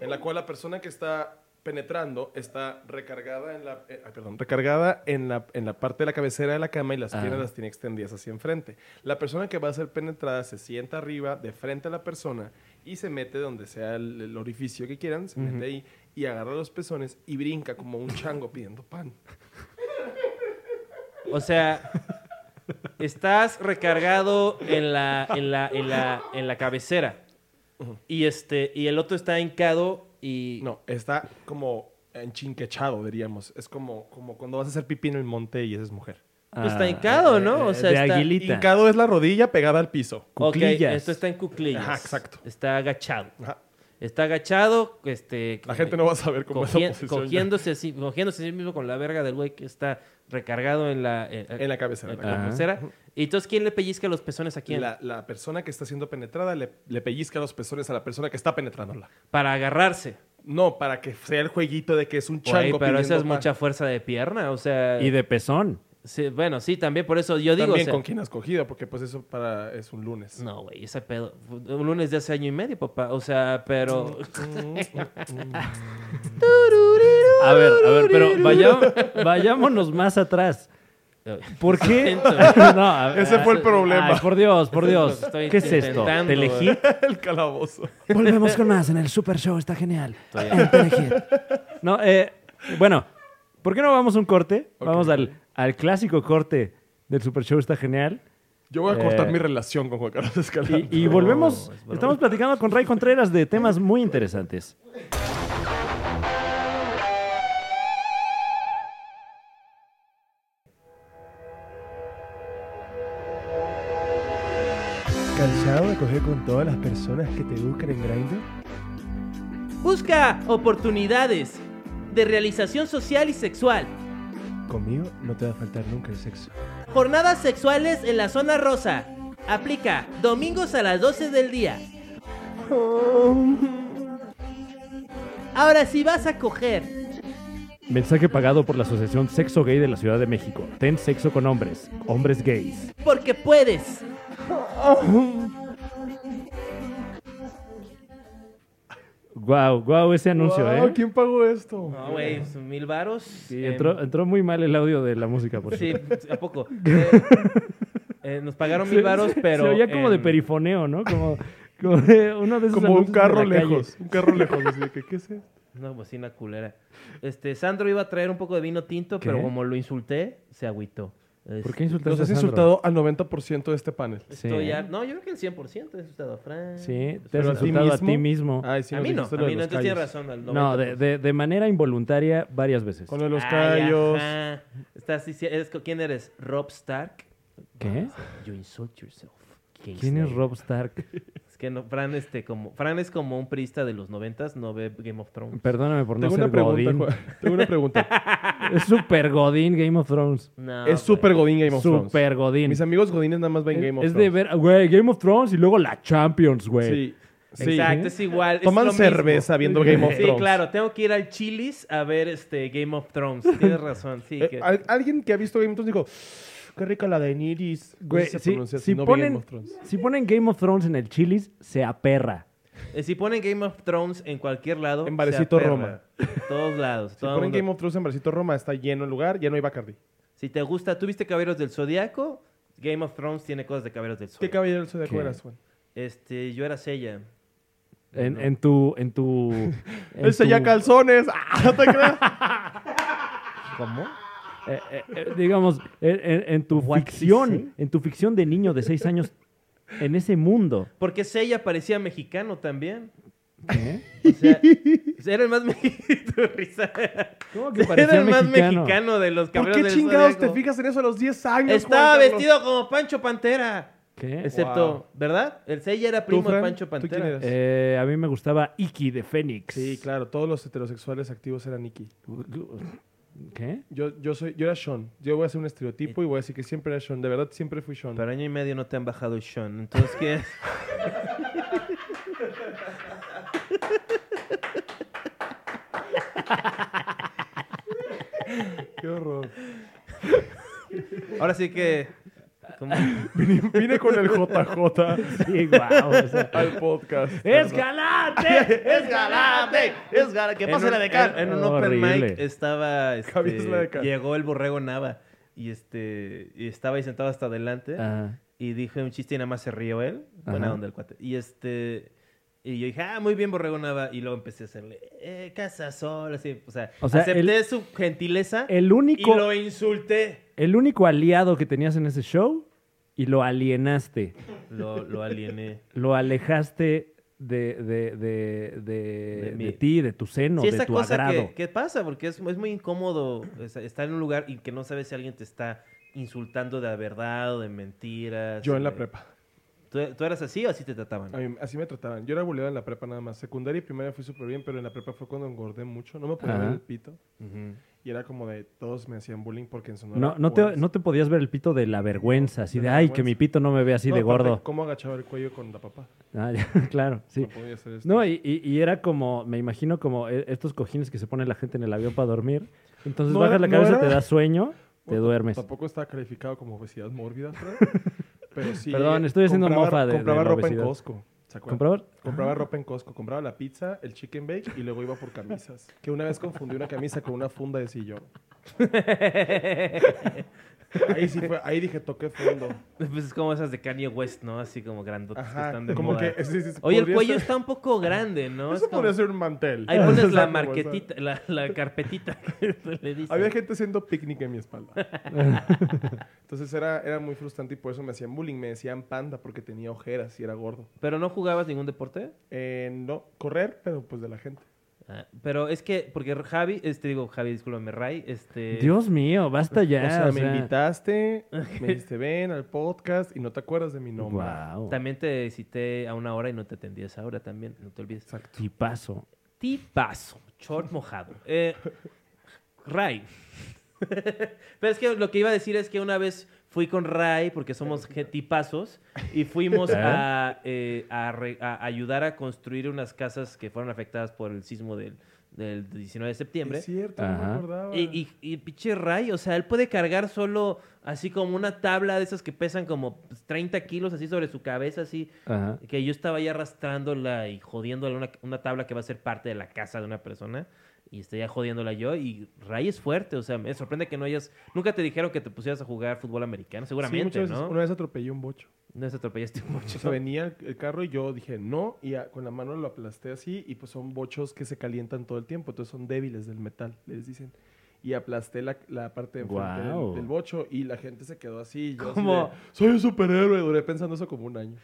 Speaker 3: en la cual la persona que está penetrando está recargada en la, eh, ay, perdón, recargada en la, en la parte de la cabecera de la cama y las piernas las tiene extendidas hacia enfrente. La persona que va a ser penetrada se sienta arriba, de frente a la persona y se mete donde sea el, el orificio que quieran, se mete ahí y agarra los pezones y brinca como un chango pidiendo pan.
Speaker 1: O sea, estás recargado en la, en la, en la, en la cabecera. Y este, y el otro está hincado y.
Speaker 3: No, está como enchinquechado, diríamos. Es como, como cuando vas a hacer pipí en el monte y esa es mujer.
Speaker 1: Pues está hincado, ¿no? O
Speaker 2: eh,
Speaker 1: sea,
Speaker 2: de
Speaker 1: está-
Speaker 2: aguilita.
Speaker 3: Hincado es la rodilla pegada al piso.
Speaker 1: Ok,
Speaker 2: cuclillas.
Speaker 1: esto está en cuclillas.
Speaker 3: Ajá, exacto.
Speaker 1: Está agachado.
Speaker 3: Ajá.
Speaker 1: Está agachado, este.
Speaker 3: La gente no va a saber cómo es
Speaker 1: cogien-
Speaker 3: esa posición.
Speaker 1: cogiéndose, a sí, cogiéndose a sí mismo con la verga del güey que está recargado en la, en,
Speaker 3: En la cabeza.
Speaker 1: en la
Speaker 3: la, cabeza.
Speaker 1: cabecera. Y entonces, ¿quién le pellizca los pezones a quién?
Speaker 3: La- la persona que está siendo penetrada le, le pellizca los pezones a la persona que está penetrándola.
Speaker 1: Para agarrarse.
Speaker 3: No, para que sea el jueguito de que es un
Speaker 1: Güey,
Speaker 3: chango.
Speaker 1: pero esa
Speaker 3: pidiendo
Speaker 1: es
Speaker 3: pan.
Speaker 1: mucha fuerza de pierna, o sea...
Speaker 2: Y de pezón.
Speaker 1: sí, bueno, sí, también por eso yo digo... o
Speaker 3: También
Speaker 1: sea,
Speaker 3: con quién has cogido, porque pues eso para es un lunes.
Speaker 1: No, güey, ese pedo... Un lunes de hace año y medio, papá. O sea, pero... Mm,
Speaker 2: A ver, a ver, pero vaya- vayámonos más atrás.
Speaker 1: mm.
Speaker 2: ¿Por qué?
Speaker 1: Siento.
Speaker 2: (laughs) No, a- ah,
Speaker 3: Ese fue el problema.
Speaker 2: Ay, por Dios, por Dios.
Speaker 1: Estoy
Speaker 2: ¿Qué es esto?
Speaker 1: intentando,
Speaker 2: ¿Telehit?
Speaker 3: (laughs) el calabozo.
Speaker 2: Volvemos con más en el Super Show, está genial. En Telehit. No, eh, bueno, ¿por qué no vamos a un corte? Vamos al, al clásico corte del Super Show, está genial.
Speaker 3: Yo voy a cortar
Speaker 2: Eh.
Speaker 3: mi relación con Juan Carlos Escalante.
Speaker 2: Y, y volvemos, estamos platicando con Ray Contreras de temas muy interesantes.
Speaker 6: ¿Cansado de coger con todas las personas que te buscan en Grindr?
Speaker 1: (laughs) Busca oportunidades de realización social y sexual.
Speaker 6: Conmigo no te va a faltar nunca el sexo.
Speaker 1: Jornadas sexuales en la zona rosa. Aplica domingos a las 12
Speaker 6: (laughs)
Speaker 1: del día. Ahora sí vas a coger.
Speaker 2: Mensaje pagado por la Asociación Sexo Gay de la Ciudad de México. Ten sexo con hombres, hombres gays.
Speaker 1: Porque puedes.
Speaker 2: Guau, guau, ese anuncio,
Speaker 3: Wow,
Speaker 2: ¿eh?
Speaker 3: Ah, ¿Quién pagó esto?
Speaker 1: No, güey, son mil varos.
Speaker 2: Sí,
Speaker 1: Eh,
Speaker 2: entró, entró muy mal el audio de la música, por
Speaker 1: Sí,
Speaker 2: cierto.
Speaker 1: ¿a poco?
Speaker 2: (laughs)
Speaker 1: Eh, eh, nos pagaron mil varos, pero...
Speaker 2: Se oía como de
Speaker 1: em,
Speaker 2: perifoneo, ¿no? Como, como de uno de esos
Speaker 3: Como un
Speaker 2: anuncios de
Speaker 3: carro
Speaker 2: la calle.
Speaker 3: lejos. Un carro lejos. así de que, ¿Qué es esto?
Speaker 1: No, pues sí, una culera. Este, Sandro iba a traer un poco de vino tinto, pero
Speaker 2: ¿Qué?
Speaker 1: como lo insulté, se agüitó.
Speaker 2: ¿Por qué
Speaker 3: Nos
Speaker 2: insultaste a
Speaker 3: has
Speaker 2: Sandro?
Speaker 3: insultado al 90% de este panel.
Speaker 1: Estoy
Speaker 2: Sí.
Speaker 1: ya- No, yo creo que el 100% he insultado a Fran.
Speaker 2: Sí, te has
Speaker 3: Pero
Speaker 2: insultado a ti mismo.
Speaker 3: Ay, sí,
Speaker 1: a
Speaker 3: nos
Speaker 1: mí no,
Speaker 3: dijiste
Speaker 1: a
Speaker 3: lo Ah,
Speaker 1: mí
Speaker 3: de
Speaker 1: no,
Speaker 3: los
Speaker 1: entonces tienes
Speaker 3: callos.
Speaker 1: razón. al
Speaker 2: No,
Speaker 1: 90%.
Speaker 2: de, de- de manera involuntaria varias veces.
Speaker 3: Con lo de los
Speaker 1: Ay,
Speaker 3: callos.
Speaker 1: ajá. Estás dici- es co- ¿Quién eres? ¿Rob Stark?
Speaker 2: ¿Qué?
Speaker 3: Ah,
Speaker 1: You insult yourself.
Speaker 2: ¿Quién
Speaker 1: Kingsley.
Speaker 2: es Rob Stark?
Speaker 1: Es que no, Fran, este, como, Fran es como un priista de los noventas, no ve Game of Thrones.
Speaker 2: Perdóname por no
Speaker 3: Tengo
Speaker 2: ser
Speaker 3: una, pregunta,
Speaker 2: Godín.
Speaker 3: Juan- tengo una pregunta.
Speaker 2: Es super Godín Game of Thrones.
Speaker 1: No, pues. güey.
Speaker 3: Es súper Godín Game of Thrones.
Speaker 2: Super Godín.
Speaker 3: Mis amigos Godines nada más ven Game of
Speaker 2: es de
Speaker 3: Thrones.
Speaker 2: ver, güey, Game of Thrones y luego la Champions, güey.
Speaker 3: Sí. sí.
Speaker 1: Exacto, es igual. es
Speaker 3: Toman
Speaker 1: lo mismo.
Speaker 3: cerveza viendo Game of
Speaker 1: Sí,
Speaker 3: Thrones.
Speaker 1: claro, tengo que ir al Chili's a ver este Game of
Speaker 3: (laughs)
Speaker 1: Thrones. Tienes razón, sí.
Speaker 3: Eh,
Speaker 1: que-
Speaker 3: al- alguien que ha visto Game of Thrones dijo, qué rica la de Niris.
Speaker 2: Güey, si, si
Speaker 3: no vi Game
Speaker 2: ponen,
Speaker 3: of Thrones.
Speaker 2: si ponen Game of Thrones en el Chilis, se aperra.
Speaker 1: eh, Si ponen Game of Thrones en cualquier lado.
Speaker 3: En
Speaker 1: se
Speaker 3: Varecito,
Speaker 1: aperra.
Speaker 3: Roma.
Speaker 1: (laughs) Todos lados.
Speaker 3: Si
Speaker 1: todo
Speaker 3: ponen
Speaker 1: mundo.
Speaker 3: Game of Thrones en Barcito Roma, está lleno el lugar, ya no hay Bacardi.
Speaker 1: Si te gusta, ¿tuviste Caballeros del Zodiaco? Game of Thrones tiene cosas de Caballeros del
Speaker 3: ¿Qué
Speaker 1: Zodiaco.
Speaker 3: caballero de
Speaker 2: ¿Qué?
Speaker 3: eras, Juan?
Speaker 1: Este, yo era Sella.
Speaker 2: En, en tu. En
Speaker 3: (laughs)
Speaker 2: tu en
Speaker 3: Él se ya
Speaker 2: tu-
Speaker 3: (laughs) calzones. ¡Ah, no te creas!
Speaker 1: ¿Cómo?
Speaker 2: eh, eh, eh, digamos, en, en- en tu ficción, en tu ficción de niño de seis años, en ese mundo.
Speaker 1: Porque Seiya parecía mexicano también.
Speaker 2: ¿eh?
Speaker 1: O
Speaker 3: (laughs)
Speaker 1: sea, era el más (laughs) mexicano.
Speaker 2: ¿Cómo que
Speaker 1: Era
Speaker 2: parecía
Speaker 1: el más
Speaker 2: mexicano?
Speaker 1: mexicano de los
Speaker 3: ¿Por
Speaker 1: cabreros
Speaker 3: qué
Speaker 1: del
Speaker 3: chingados te
Speaker 1: Zodiaco.
Speaker 3: fijas en eso a los 10 años?
Speaker 1: Estaba
Speaker 3: Juan Carlos?
Speaker 1: vestido como Pancho Pantera.
Speaker 2: ¿Qué?
Speaker 1: Excepto,
Speaker 3: Wow.
Speaker 1: ¿verdad? El Seiya era primo de
Speaker 3: Fran?
Speaker 1: Pancho
Speaker 3: ¿Tú quién
Speaker 1: Pantera.
Speaker 3: eras?
Speaker 2: Eh, a mí me gustaba Iki de Fénix.
Speaker 3: Sí, claro, todos los heterosexuales activos eran Nicky.
Speaker 2: ¿Qué?
Speaker 3: Yo, yo, soy, yo era Sean. Yo voy a hacer un estereotipo y voy a decir que siempre era Sean. De verdad, siempre fui Sean.
Speaker 1: Pero año y medio no te han bajado el Sean. Entonces, ¿qué?
Speaker 3: Qué horror.
Speaker 1: Ahora sí que. ¿cómo?
Speaker 3: Vine, vine con el
Speaker 2: (laughs)
Speaker 3: JJ
Speaker 2: Sí, guau. o sea.
Speaker 3: al podcast.
Speaker 2: ¡Escalante!
Speaker 1: ¡Es galante! ¡Es galante! ¿Qué
Speaker 4: pase la de Cal.
Speaker 1: En, en un
Speaker 2: Oh,
Speaker 1: open
Speaker 2: horrible.
Speaker 1: mic estaba. este,
Speaker 3: Javi es la de Cal.
Speaker 1: llegó el borrego Nava y este y estaba ahí sentado hasta adelante
Speaker 2: Ajá.
Speaker 1: y dije un chiste y nada más se rió él. Buena
Speaker 2: Ah. Ajá.
Speaker 1: onda el cuate. Y este. Y yo dije, ah, muy bien, Borrego Nava. Y luego empecé a hacerle, eh, casa sola, así. O sea,
Speaker 2: O sea,
Speaker 1: acepté
Speaker 2: el-
Speaker 1: su gentileza
Speaker 2: El
Speaker 1: y
Speaker 2: único,
Speaker 1: lo insulté.
Speaker 2: el único aliado que tenías en ese show y lo alienaste.
Speaker 1: Lo, lo aliené.
Speaker 2: Lo alejaste de, de, de, de-
Speaker 1: De mí.
Speaker 2: de ti, de tu seno,
Speaker 1: sí,
Speaker 2: de
Speaker 1: esa
Speaker 2: tu
Speaker 1: cosa
Speaker 2: agrado.
Speaker 1: que, que pasa, porque es, es muy incómodo o sea, estar en un lugar y que no sabes si alguien te está insultando de la verdad o de mentiras.
Speaker 3: Yo en la
Speaker 1: de-
Speaker 3: prepa.
Speaker 1: ¿Tú, tú eras así o así te trataban?
Speaker 3: A mí- así me trataban. Yo era buleado en la prepa nada más. Secundaria y primaria fui súper bien, pero en la prepa fue cuando engordé mucho. No me podía ver
Speaker 2: Ajá.
Speaker 3: el pito.
Speaker 1: Ujú. (laughs)
Speaker 3: Y era como de todos me hacían bullying porque en Sonora.
Speaker 2: No, no, te,
Speaker 3: pues,
Speaker 2: no te podías ver el pito de la vergüenza, así
Speaker 3: de
Speaker 2: de,
Speaker 3: la
Speaker 2: ay, que
Speaker 3: vergüenza.
Speaker 2: mi pito no me ve así
Speaker 3: no,
Speaker 2: de
Speaker 3: aparte,
Speaker 2: gordo.
Speaker 3: ¿Cómo agachaba el cuello con la papá?
Speaker 2: Ah, ya, (laughs) claro, sí.
Speaker 3: No podía hacer esto.
Speaker 2: No, y, y- y era como, me imagino como eh, estos cojines que se pone la gente en el avión para dormir. Entonces
Speaker 3: No
Speaker 2: bajas la
Speaker 3: era- no
Speaker 2: cabeza,
Speaker 3: era-
Speaker 2: te da sueño, te
Speaker 3: Bueno,
Speaker 2: duermes.
Speaker 3: Tampoco estaba calificado como obesidad
Speaker 2: (laughs)
Speaker 3: mórbida, Fran, pero sí.
Speaker 2: Perdón, estoy haciendo
Speaker 3: compraba-
Speaker 2: mofa de- de
Speaker 3: Compraba
Speaker 2: la
Speaker 3: ropa en
Speaker 2: obesidad. Ah.
Speaker 3: Costco. ¿se acuerdan?
Speaker 2: ¿Comprador?
Speaker 3: Compraba ropa en Costco, compraba la pizza, el chicken bake y luego iba por camisas. Que una vez confundí una camisa con una funda de sillón. Ahí sí fue, ahí dije toqué fondo.
Speaker 1: Pues es como esas de Kanye West, ¿no? Así como grandotas que
Speaker 3: Ajá,
Speaker 1: están de
Speaker 3: como
Speaker 1: moda.
Speaker 3: que sí, sí, sí,
Speaker 1: Oye, el
Speaker 3: podría
Speaker 1: cuello
Speaker 3: ser-
Speaker 1: está un poco grande, ¿no? Es
Speaker 3: Eso
Speaker 1: como-
Speaker 3: podría ser un mantel.
Speaker 1: Ahí pones la
Speaker 3: Exacto,
Speaker 1: marquetita, la, la carpetita (laughs) que le
Speaker 3: o
Speaker 1: dicen.
Speaker 3: sea, Había gente haciendo picnic en
Speaker 1: (laughs)
Speaker 3: mi espalda. Entonces era, era muy frustrante y por eso me hacían bullying. Me decían panda porque tenía ojeras y era gordo.
Speaker 1: ¿Pero no jugabas ningún deporte?
Speaker 3: Eh, no, correr, pero pues de la gente.
Speaker 1: Ah, pero es que, porque Javi, este, digo, Javi, discúlpame, Ray, este...
Speaker 2: Dios mío, basta ya.
Speaker 3: Eh, o sea,
Speaker 1: (laughs)
Speaker 3: me invitaste, me dijiste ven al podcast y no te acuerdas de mi nombre.
Speaker 2: Wow.
Speaker 1: También te cité a una hora y no te atendí a esa hora también, no te olvides.
Speaker 2: Y paso.
Speaker 1: Tipazo, short mojado. Eh, Ray. (laughs) Pero es que lo que iba a decir es que una vez fui con Ray, porque somos gen- tipazos, y fuimos a, eh, a re- a ayudar a construir unas casas que fueron afectadas por el sismo del, del 19 de septiembre.
Speaker 3: Es cierto, no me
Speaker 2: Ajá.
Speaker 3: acordaba.
Speaker 1: Y, y, y pinche Ray, o sea, él puede cargar solo así como una tabla de esas que pesan como pues, 30 kilos así sobre su cabeza, así.
Speaker 2: Ajá.
Speaker 1: Que yo estaba ahí arrastrándola y jodiéndola una, una tabla que va a ser parte de la casa de una persona. Y estoy ya jodiéndola yo. Y Ray es fuerte, o sea, me sorprende que no hayas. Nunca te dijeron que te pusieras a jugar fútbol americano, seguramente,
Speaker 3: Sí, muchas veces.
Speaker 1: ¿no?
Speaker 3: Una vez atropellé un bocho.
Speaker 1: No se atropellaste mucho. (laughs)
Speaker 3: O sea, venía el, el carro y yo dije no, y a- con la mano lo aplasté así, y pues son bochos que se calientan todo el tiempo, entonces son débiles del metal, les dicen. Y aplasté la, la parte de enfrente del-
Speaker 2: Guau.
Speaker 3: del, bocho y la gente se quedó así. y yo así
Speaker 1: ¿Cómo?
Speaker 3: de, Soy un superhéroe. Duré pensando eso como un año.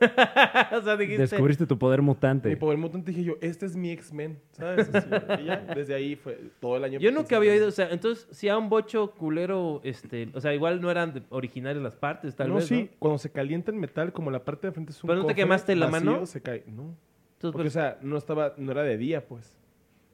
Speaker 1: o sea, dijiste.
Speaker 2: Descubriste tu poder
Speaker 3: Y
Speaker 2: mutante.
Speaker 3: por el momento dije yo, este es mi X-Men, ¿sabes? Así, y ya, desde ahí fue todo el año.
Speaker 1: Yo nunca
Speaker 3: pensando
Speaker 1: había
Speaker 3: en
Speaker 1: oído, o sea, entonces, si a un bocho culero, este, o sea, igual no eran de- originales las partes, tal
Speaker 3: no,
Speaker 1: vez.
Speaker 3: sí, cuando se calienta el metal, como la parte de frente es un
Speaker 1: ¿Pero no te
Speaker 3: cofre
Speaker 1: quemaste la
Speaker 3: vacío,
Speaker 1: mano?
Speaker 3: se cae. No.
Speaker 1: Entonces, pues
Speaker 3: Porque, o sea, no estaba, no era de día, pues.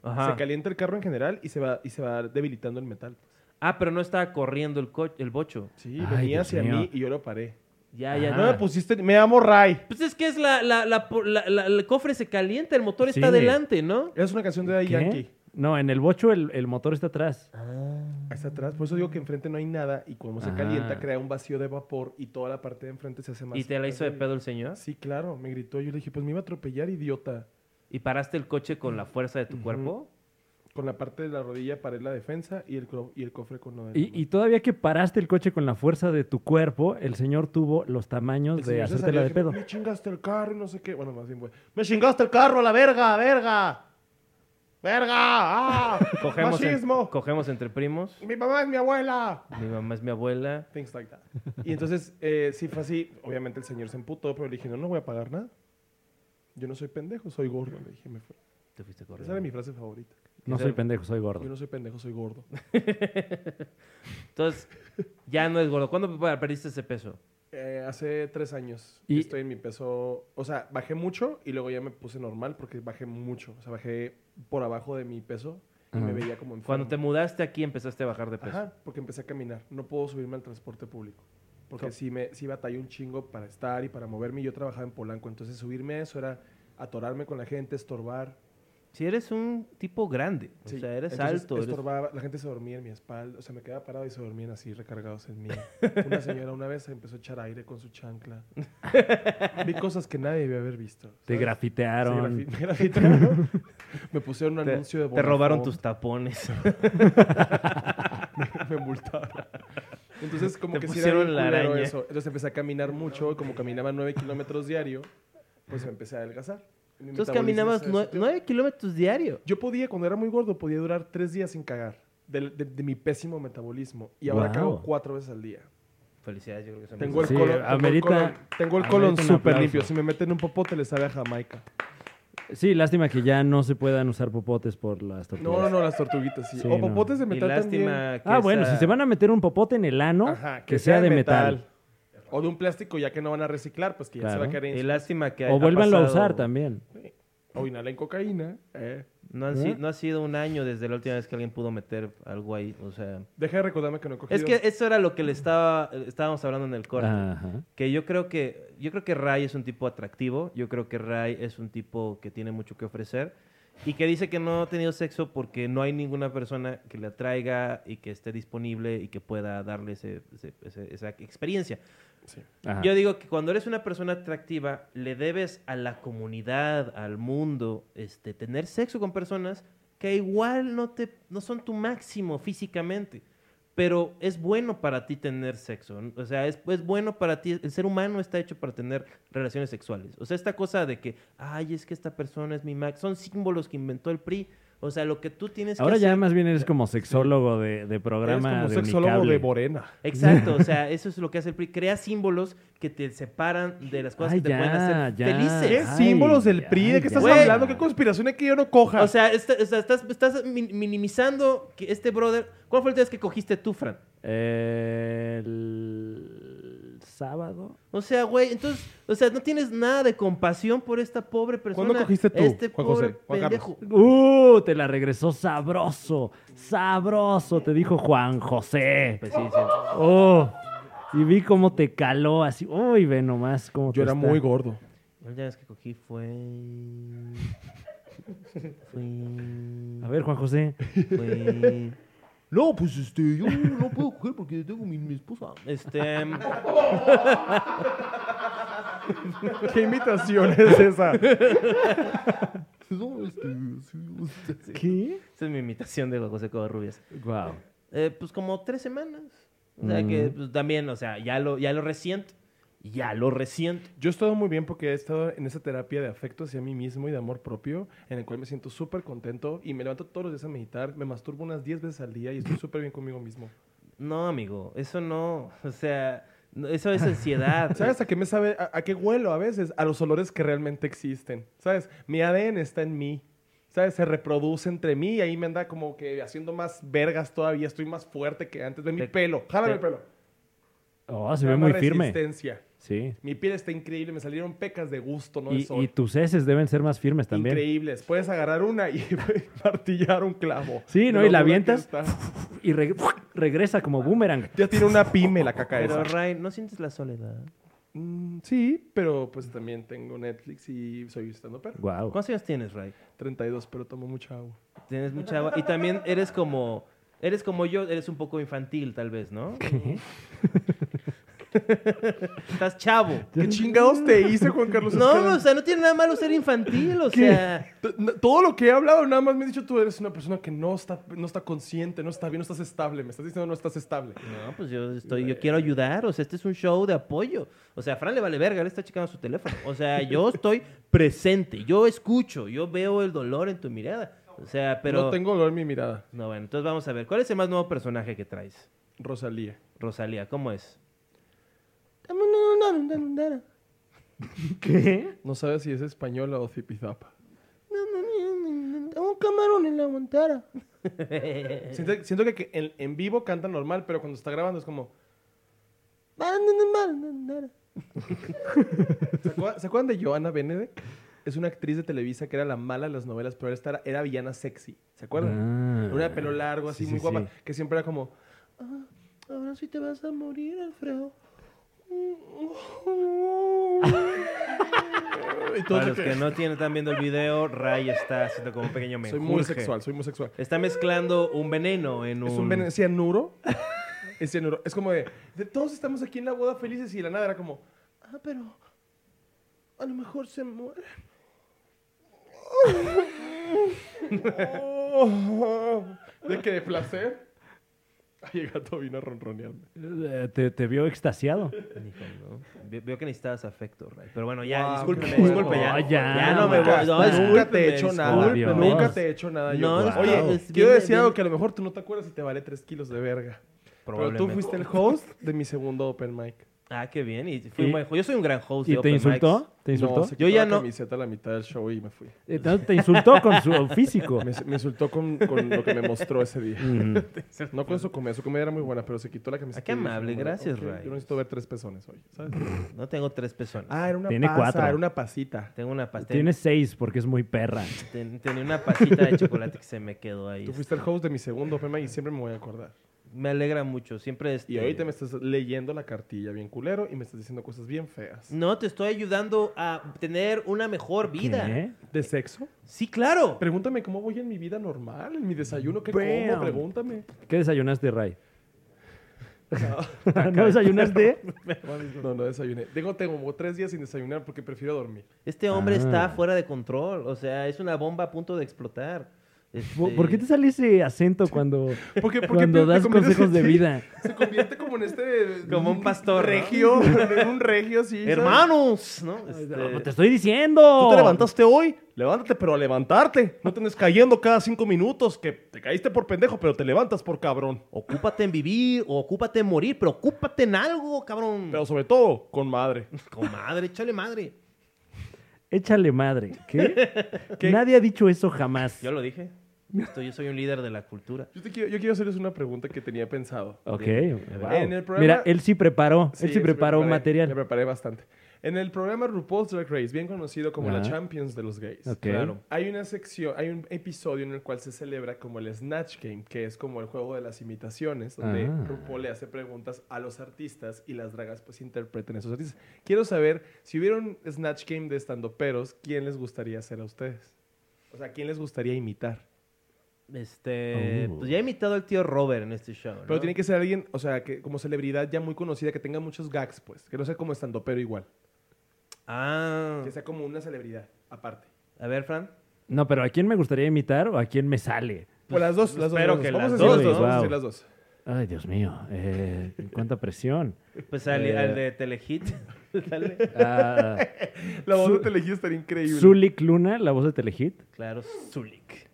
Speaker 1: pero- ajá.
Speaker 3: Se calienta el carro en general y se va, y se va debilitando el metal.
Speaker 1: Ah, pero no estaba corriendo el, co- el bocho.
Speaker 3: Sí,
Speaker 2: Ay,
Speaker 3: venía
Speaker 2: Dios
Speaker 3: hacia
Speaker 2: mío.
Speaker 3: mí y yo lo paré.
Speaker 1: Ya, ya,
Speaker 2: Ah.
Speaker 3: No
Speaker 1: ya.
Speaker 3: me pusiste, me amo Ray.
Speaker 1: Pues es que es la, la, la, po- la- la- el cofre se calienta, el motor está
Speaker 2: Sí.
Speaker 1: adelante, ¿no?
Speaker 3: Es una canción de Daddy Yankee. Ah,
Speaker 2: ¿Qué? No, en el bocho el, el motor está atrás.
Speaker 3: Ahí está atrás. Por eso digo que enfrente no hay nada y como se
Speaker 2: Ajá.
Speaker 3: calienta crea un vacío de vapor y toda la parte de enfrente se hace más.
Speaker 1: Y te la hizo de
Speaker 3: más
Speaker 1: pedo el señor.
Speaker 3: Sí, claro, me gritó. Yo le dije, pues me iba a atropellar, idiota.
Speaker 1: Y paraste el coche con la fuerza de tu cuerpo.
Speaker 3: Con la parte de la rodilla paré la defensa y el, cro- y el cofre con lo de.
Speaker 2: Y, y todavía que paraste el coche con la fuerza de tu cuerpo, el señor tuvo los tamaños de hacértela de pedo.
Speaker 3: Me chingaste el carro y no sé qué. Bueno, más bien, güey. Me chingaste el carro a la verga, verga.
Speaker 4: ¡Verga! ¡Ah!
Speaker 2: (laughs)
Speaker 1: Cogemos, en-
Speaker 3: ¡Machismo!
Speaker 1: cogemos entre primos.
Speaker 4: ¡Mi mamá es mi abuela!
Speaker 1: Mi mamá es mi abuela.
Speaker 3: Things like that. Y entonces, eh, sí fue así. Obviamente el señor se emputó, pero le dije, no, no voy a pagar nada. Yo no soy pendejo, soy gordo. Le dije, me fue.
Speaker 1: Te fuiste
Speaker 3: Esa era
Speaker 1: corriendo.
Speaker 3: mi frase favorita.
Speaker 2: No soy pendejo, soy gordo.
Speaker 3: Yo no soy pendejo, soy gordo.
Speaker 1: Entonces, ya no es gordo. ¿Cuándo pa- perdiste ese peso?
Speaker 3: Eh, hace tres años
Speaker 2: Y-
Speaker 3: estoy en mi peso. O sea, bajé mucho y luego ya me puse normal porque bajé mucho. O sea, bajé por abajo de mi peso y me veía como enfermo.
Speaker 1: Cuando te mudaste aquí empezaste a bajar de peso.
Speaker 3: Ajá, porque empecé a caminar. No puedo subirme al transporte público. Porque sí, me, sí batallé un chingo para estar y para moverme. y Yo trabajaba en Polanco, entonces subirme a eso era atorarme con la gente, estorbar.
Speaker 1: Si eres un tipo grande, o
Speaker 3: Sí,
Speaker 1: sea, eres
Speaker 3: entonces
Speaker 1: alto. eres-
Speaker 3: Estorbaba, la gente se dormía en mi espalda, o sea, me quedaba parado y se dormían así recargados en mí. Una señora una vez empezó a echar aire con
Speaker 1: (laughs)
Speaker 3: su chancla. Vi cosas que nadie debe haber visto.
Speaker 2: Te
Speaker 3: ¿sabes? Sí,
Speaker 2: grafitearon.
Speaker 3: grafi- me (laughs) grafitearon. me pusieron un
Speaker 1: Te,
Speaker 3: anuncio de
Speaker 1: te robaron
Speaker 3: Vodafone.
Speaker 1: tus tapones.
Speaker 3: (laughs) me multaron. Entonces, como
Speaker 1: Te
Speaker 3: que
Speaker 1: pusieron
Speaker 3: sí
Speaker 1: la
Speaker 3: era bien culero
Speaker 1: araña.
Speaker 3: eso. Entonces empecé a caminar mucho, y como caminaba 9 kilómetros diario, pues me empecé a adelgazar. Mi
Speaker 1: Entonces
Speaker 3: metabolismo
Speaker 1: caminabas
Speaker 3: se
Speaker 1: nue-
Speaker 3: desactivó.
Speaker 1: nueve kilómetros diario.
Speaker 3: Yo podía, cuando era muy gordo, podía durar tres días sin cagar. del- De, de mi pésimo metabolismo. Y ahora
Speaker 2: Guau.
Speaker 3: cago cuatro veces al día.
Speaker 1: Felicidades, yo creo que son
Speaker 3: Tengo el
Speaker 2: Sí,
Speaker 3: colon. tengo el
Speaker 2: amerita-
Speaker 3: colon- Tengo el
Speaker 2: amerita
Speaker 3: colon
Speaker 2: un
Speaker 3: súper
Speaker 2: aplauso.
Speaker 3: limpio. Si me meten un popote, les sabe a Jamaica.
Speaker 2: Sí, lástima que ya no se puedan usar popotes por las tortillas.
Speaker 3: No, no, no, las tortuguitas, sí.
Speaker 2: Sí,
Speaker 3: o
Speaker 2: no.
Speaker 3: popotes de
Speaker 1: Y
Speaker 3: metal también.
Speaker 1: lástima que
Speaker 2: Ah, bueno,
Speaker 1: esa-
Speaker 2: si se van a meter un popote en el ano,
Speaker 3: Ajá,
Speaker 2: que, sea de metal.
Speaker 3: O de un plástico, ya que no van a reciclar, pues que ya se va a
Speaker 2: Claro.
Speaker 3: quedar en
Speaker 1: Y lástima que
Speaker 2: O
Speaker 1: ha
Speaker 2: vuélvanlo a
Speaker 1: pasado-
Speaker 2: usar también.
Speaker 3: O inhalan cocaína. eh.
Speaker 1: No, han si- no ha sido un año desde la última vez que alguien pudo meter algo ahí. O sea,
Speaker 3: Deja de recordarme que no he cogido.
Speaker 1: es que eso era lo que le estaba, estábamos hablando en el corte.
Speaker 2: Ajá.
Speaker 1: Que yo creo que yo creo que Ray es un tipo atractivo, yo creo que Ray es un tipo que tiene mucho que ofrecer y que dice que no ha tenido sexo porque no hay ninguna persona que le atraiga y que esté disponible y que pueda darle ese- ese- ese- esa experiencia.
Speaker 2: Ajá.
Speaker 1: Yo digo que cuando eres una persona atractiva, le debes a la comunidad, al mundo, este, tener sexo con personas que igual no, te, no son tu máximo físicamente. Pero es bueno para ti tener sexo. ¿no? O sea, es, es bueno para ti. El ser humano está hecho para tener relaciones sexuales. O sea, esta cosa de que, ay, es que esta persona es mi max. Son símbolos que inventó el PRI. O sea, lo que tú tienes
Speaker 2: Ahora
Speaker 1: que
Speaker 2: ya más bien eres como sexólogo de, de
Speaker 3: Eres
Speaker 2: programa
Speaker 3: como
Speaker 2: de
Speaker 3: sexólogo
Speaker 2: Unicable.
Speaker 3: de Morena.
Speaker 1: (laughs) Exacto, o sea, eso es lo que hace el PRI. Crea símbolos que te separan de las cosas
Speaker 2: Ay,
Speaker 1: que te pueden hacer
Speaker 2: ya, ya.
Speaker 1: felices.
Speaker 3: ¿Qué
Speaker 2: Ay,
Speaker 3: símbolos del
Speaker 2: ay,
Speaker 3: PRI? ¿De qué estás
Speaker 1: ya.
Speaker 3: hablando? ¿Qué conspiración es que yo no coja?
Speaker 1: O sea, esta- o sea, estás, estás min- minimizando que este brother. ¿Cuál fue el día que cogiste tú, Fran?
Speaker 2: Eh, El sábado.
Speaker 1: O sea, güey, entonces, o sea, no tienes nada de compasión por esta pobre persona.
Speaker 3: ¿Cuándo cogiste tú,
Speaker 1: Este
Speaker 3: Juan
Speaker 1: pobre
Speaker 3: José? Juan
Speaker 1: pendejo.
Speaker 2: ¡Uh! Te la regresó sabroso. Sabroso, te dijo Juan José.
Speaker 1: Pues sí, sí.
Speaker 2: ¡Oh! Y vi cómo te caló así. ¡Uy! Ve nomás cómo te
Speaker 3: yo era
Speaker 2: está.
Speaker 3: muy gordo.
Speaker 1: La última vez que cogí fue.
Speaker 2: A
Speaker 1: Fue.
Speaker 2: ver, Juan José.
Speaker 1: Fue.
Speaker 6: No, pues este, yo no puedo coger porque tengo mi, mi esposa.
Speaker 1: Este.
Speaker 3: (laughs) ¿Qué imitación es esa?
Speaker 6: (laughs) No, este, sí, este.
Speaker 2: ¿Qué?
Speaker 1: Esa es mi imitación de Juan José Covarrubias.
Speaker 2: Wow.
Speaker 1: Eh, pues como tres semanas. O sea que pues, también, o sea, ya lo, ya lo resiento. Ya lo resiento.
Speaker 3: Yo he estado muy bien porque he estado en esa terapia de afecto hacia mí mismo y de amor propio, en el cual me siento súper contento y me levanto todos los días a meditar, me masturbo unas 10 veces al día y estoy súper bien conmigo mismo.
Speaker 1: No, amigo, eso no. O sea, no, eso es ansiedad.
Speaker 3: (laughs) ¿Sabes a qué me sabe, a, a qué huelo a veces? A los olores que realmente existen. ¿Sabes? Mi ADN está en mí. ¿Sabes? Se reproduce entre mí y ahí me anda como que haciendo más vergas todavía. Estoy más fuerte que antes. Ve mi
Speaker 1: Te-
Speaker 3: pelo.
Speaker 1: te-
Speaker 3: Jálame el pelo.
Speaker 2: Oh, se
Speaker 3: Me
Speaker 2: ve
Speaker 3: llama
Speaker 2: muy firme.
Speaker 3: resistencia.
Speaker 2: Sí.
Speaker 3: Mi piel está increíble. Me salieron pecas de gusto, no de
Speaker 2: Y,
Speaker 3: sol.
Speaker 2: y tus heces deben ser más firmes también.
Speaker 3: Increíbles. Puedes agarrar una y (laughs) martillar un clavo.
Speaker 2: Sí, ¿no?
Speaker 3: De
Speaker 2: Y la
Speaker 3: lo dura que
Speaker 2: avientas.
Speaker 3: está.
Speaker 2: Y re- regresa como boomerang.
Speaker 3: Ya tiene una pyme la caca
Speaker 1: Pero,
Speaker 3: esa.
Speaker 1: Ray, ¿no sientes la soledad?
Speaker 3: Mm, sí, pero pues también tengo Netflix y soy estando pero.
Speaker 2: Wow.
Speaker 1: ¿Cuántos años tienes, Ray?
Speaker 3: 32, pero tomo mucha agua.
Speaker 1: Tienes mucha agua. Y también eres como. Eres como yo, eres un poco infantil, tal vez, ¿no? Estás chavo.
Speaker 3: ¿Qué chingados te hice, Juan Carlos?
Speaker 1: No,
Speaker 3: Escalante?
Speaker 1: o sea, no tiene nada malo ser infantil, o sea.
Speaker 3: T- n- Todo lo que he hablado, nada más me has dicho tú eres una persona que no está, no está consciente, no está bien, no estás estable. Me estás diciendo no estás estable.
Speaker 1: No, pues yo estoy, yo quiero ayudar, o sea, este es un show de apoyo. O sea, a Fran le vale verga, él está checando su
Speaker 3: (laughs)
Speaker 1: teléfono. O sea, yo estoy presente, yo escucho, yo veo el dolor en tu mirada. O sea, pero...
Speaker 3: No tengo dolor en mi mirada.
Speaker 1: No, bueno, entonces vamos a ver. ¿Cuál es el más nuevo personaje que traes?
Speaker 3: Rosalía.
Speaker 1: Rosalía, ¿cómo
Speaker 3: (laughs)
Speaker 1: es?
Speaker 2: ¿Qué?
Speaker 3: No sabes si es española o zipizapa.
Speaker 6: Un camarón en la guantara.
Speaker 3: Siento, siento que, que en, en vivo canta normal, pero cuando está grabando es como... (laughs) ¿Se acuerdan, se acuerdan de Joana Benedek? Es una actriz de Televisa que era la mala de las novelas, pero esta era, era villana sexy. ¿Se acuerdan?
Speaker 2: Ah.
Speaker 3: Era una de pelo largo, así,
Speaker 2: Sí,
Speaker 3: muy
Speaker 2: sí,
Speaker 3: guapa,
Speaker 2: sí.
Speaker 3: que siempre era como... "Ah,
Speaker 6: Ahora sí te vas a morir, Alfredo.
Speaker 3: "Ay", y todo
Speaker 1: Para
Speaker 3: se
Speaker 1: los
Speaker 3: que-
Speaker 1: que no tienen, están viendo el video, Ray está haciendo como un pequeño menjurje.
Speaker 3: Soy muy sexual, soy muy sexual.
Speaker 1: Está mezclando un veneno en un...
Speaker 3: Es un vene- cianuro. (laughs) Es cianuro. Es como de, de todos estamos aquí en la boda felices y de la nada era como...
Speaker 6: Ah, pero a lo mejor se muere.
Speaker 3: De que de placer. Ay, el gato vino a ronronearme.
Speaker 2: Eh, Te, te vio exastasiado.
Speaker 1: Dijo, ¿no? Ve- Veo que necesitabas afecto, Ray. Pero bueno, ya,
Speaker 3: Wow,
Speaker 1: discúlpeme,
Speaker 3: qué
Speaker 1: disculpe, ya.
Speaker 2: fuerte. Ah, Ya,
Speaker 1: no me voy. No,
Speaker 2: basta.
Speaker 1: discúlpeme,
Speaker 3: nunca te he hecho nada.
Speaker 1: discúlpeme.
Speaker 2: Dios.
Speaker 3: Nunca te he hecho nada. yo.
Speaker 1: No,
Speaker 2: es que
Speaker 3: Oye,
Speaker 1: es
Speaker 3: quiero
Speaker 1: bien-
Speaker 3: decir algo
Speaker 1: bien-
Speaker 3: que a lo mejor tú no te acuerdas y te vale 3 kilos de verga. Pero tú
Speaker 1: Probablemente.
Speaker 3: fuiste el host de mi segundo open mic.
Speaker 1: Ah, qué bien. Y fui
Speaker 2: ¿Y-
Speaker 1: buen- Yo soy un gran host de
Speaker 2: ¿Y te
Speaker 1: open
Speaker 2: insultó?
Speaker 1: mics.
Speaker 2: ¿Te insultó?
Speaker 3: No, se
Speaker 1: Yo
Speaker 3: quitó
Speaker 1: ya
Speaker 3: la
Speaker 1: no-
Speaker 3: camiseta a la mitad del show y me fui.
Speaker 2: Eh, no, te insultó con su físico. Mm.
Speaker 3: Me, Este- me insultó con, con lo que me mostró ese día. No con su comida. Su comida era muy buena, pero se quitó la camiseta.
Speaker 1: Ah, qué
Speaker 3: y dije,
Speaker 1: amable,
Speaker 3: "Bueno,
Speaker 1: gracias,
Speaker 3: ok,
Speaker 1: Ray.
Speaker 3: Yo necesito ver tres pezones hoy, ¿sabes?
Speaker 1: No tengo tres personas.
Speaker 3: Ah, era una
Speaker 2: Tiene
Speaker 3: pasa,
Speaker 2: cuatro.
Speaker 3: era una pasita.
Speaker 1: Tengo una pastilla.
Speaker 2: Tiene seis porque es muy perra.
Speaker 1: Ten- tenía una pasita de chocolate que se me quedó ahí.
Speaker 3: Tú fuiste el host de mi segundo open mic y siempre me voy a acordar.
Speaker 1: Me alegra mucho. Siempre este...
Speaker 3: Y ahorita me estás leyendo la cartilla bien culero y me estás diciendo cosas bien feas.
Speaker 1: No, te estoy ayudando a tener una mejor vida.
Speaker 2: ¿Qué?
Speaker 3: ¿De sexo?
Speaker 1: Sí, claro.
Speaker 3: Pregúntame cómo voy en mi vida normal, en mi desayuno, qué
Speaker 2: Bam.
Speaker 3: como, pregúntame.
Speaker 2: ¿Qué desayunaste, Ray? (laughs) ¿No desayunaste?
Speaker 3: No, no desayuné. Tengo, tengo tres días sin desayunar porque prefiero (laughs) dormir.
Speaker 1: Este hombre
Speaker 2: Ah.
Speaker 1: está fuera de control. O sea, es una bomba a punto de explotar.
Speaker 2: ¿Por
Speaker 1: Este,
Speaker 2: por qué te sale ese acento cuando,
Speaker 3: Porque, porque
Speaker 2: cuando
Speaker 3: te- te
Speaker 2: das
Speaker 3: conviertes
Speaker 2: consejos
Speaker 3: (laughs)
Speaker 2: de
Speaker 3: en-
Speaker 2: vida?
Speaker 3: Se convierte como en este...
Speaker 1: Como un pastor, ¿no?
Speaker 6: (laughs)
Speaker 3: Regio, en un regio, sí. ¿sabes?
Speaker 1: ¡Hermanos! ¿no?
Speaker 2: No, te
Speaker 1: Este,
Speaker 2: estoy diciendo.
Speaker 6: ¿Tú te levantaste hoy? Levántate, pero a levantarte. No te andes cayendo cada cinco minutos, que te caíste por pendejo, pero te levantas por cabrón.
Speaker 1: ocúpate en vivir o ocúpate en morir, pero ocúpate en algo, cabrón.
Speaker 6: Pero sobre todo, con madre.
Speaker 1: Comadre, échale madre.
Speaker 2: Échale madre.
Speaker 3: (laughs)
Speaker 2: ¿Qué? Nadie ha dicho eso jamás.
Speaker 1: Yo lo dije. Esto- yo soy un líder de la cultura.
Speaker 3: Yo, te quiero, yo quiero hacerles una pregunta que tenía pensado.
Speaker 2: Ok. wow.
Speaker 3: En el programa-
Speaker 2: Mira, él sí preparó.
Speaker 3: Sí,
Speaker 2: él sí
Speaker 3: me
Speaker 2: preparó
Speaker 3: preparé, Me
Speaker 2: material.
Speaker 3: preparé bastante. En el programa RuPaul's Drag Race, bien conocido como la
Speaker 2: Ajá.
Speaker 3: Champions de los Gays.
Speaker 2: Ok.
Speaker 1: Claro.
Speaker 3: Hay una sección, hay un episodio en el cual se celebra como el Snatch Game, que es como el juego de las imitaciones, donde
Speaker 2: Ah.
Speaker 3: RuPaul le hace preguntas a los artistas y las dragas pues interpretan a esos artistas. Quiero saber, si hubiera un Snatch Game de estandoperos, ¿quién les gustaría ser a ustedes? O sea, ¿quién les gustaría imitar?
Speaker 1: Este,
Speaker 2: Oh.
Speaker 1: pues ya he imitado al tío Robert en este show. ¿no?
Speaker 3: Pero tiene que ser alguien, o sea, que como celebridad ya muy conocida, que tenga muchos gags, pues. Que no sea como estandopero igual.
Speaker 1: Ah.
Speaker 3: Que sea como una celebridad, aparte.
Speaker 1: A ver, Fran.
Speaker 2: No, pero ¿a quién me gustaría imitar o a quién me sale?
Speaker 3: Pues las dos, las dos.
Speaker 1: espero
Speaker 3: las
Speaker 1: que
Speaker 3: dos. Vamos
Speaker 1: las
Speaker 3: a decir
Speaker 2: dos,
Speaker 3: las dos, vamos a
Speaker 2: wow.
Speaker 3: decir las dos.
Speaker 2: Ay, Dios mío. eh, cuánta presión.
Speaker 1: Pues al,
Speaker 2: Eh.
Speaker 1: al de Telehit. (laughs) Dale.
Speaker 2: Ah,
Speaker 3: La voz
Speaker 2: Su-
Speaker 3: de Telehit estaría (laughs) increíble.
Speaker 2: Zulik Luna, la voz de Telehit.
Speaker 1: Claro, Zulik.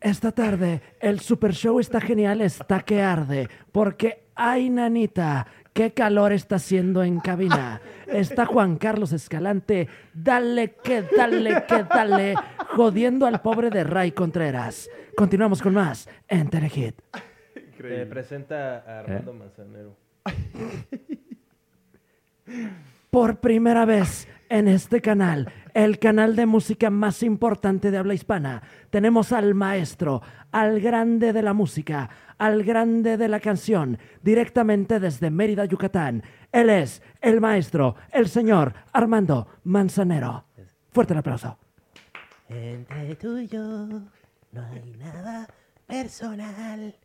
Speaker 2: Esta tarde, el Super Show está genial, está que arde, porque ay, nanita, qué calor está haciendo en cabina. Está Juan Carlos Escalante, dale que dale que dale, jodiendo al pobre de Ray Contreras. Continuamos con más en Telehit.
Speaker 1: Te
Speaker 3: Increíble.
Speaker 1: presenta a Armando Manzanero.
Speaker 2: Por primera vez en este canal, el canal de música más importante de habla hispana, tenemos al maestro, al grande de la música, al grande de la canción, directamente desde Mérida, Yucatán. Él es el maestro, el señor Armando Manzanero. Fuerte el aplauso.
Speaker 7: Entre tú y yo no hay nada personal.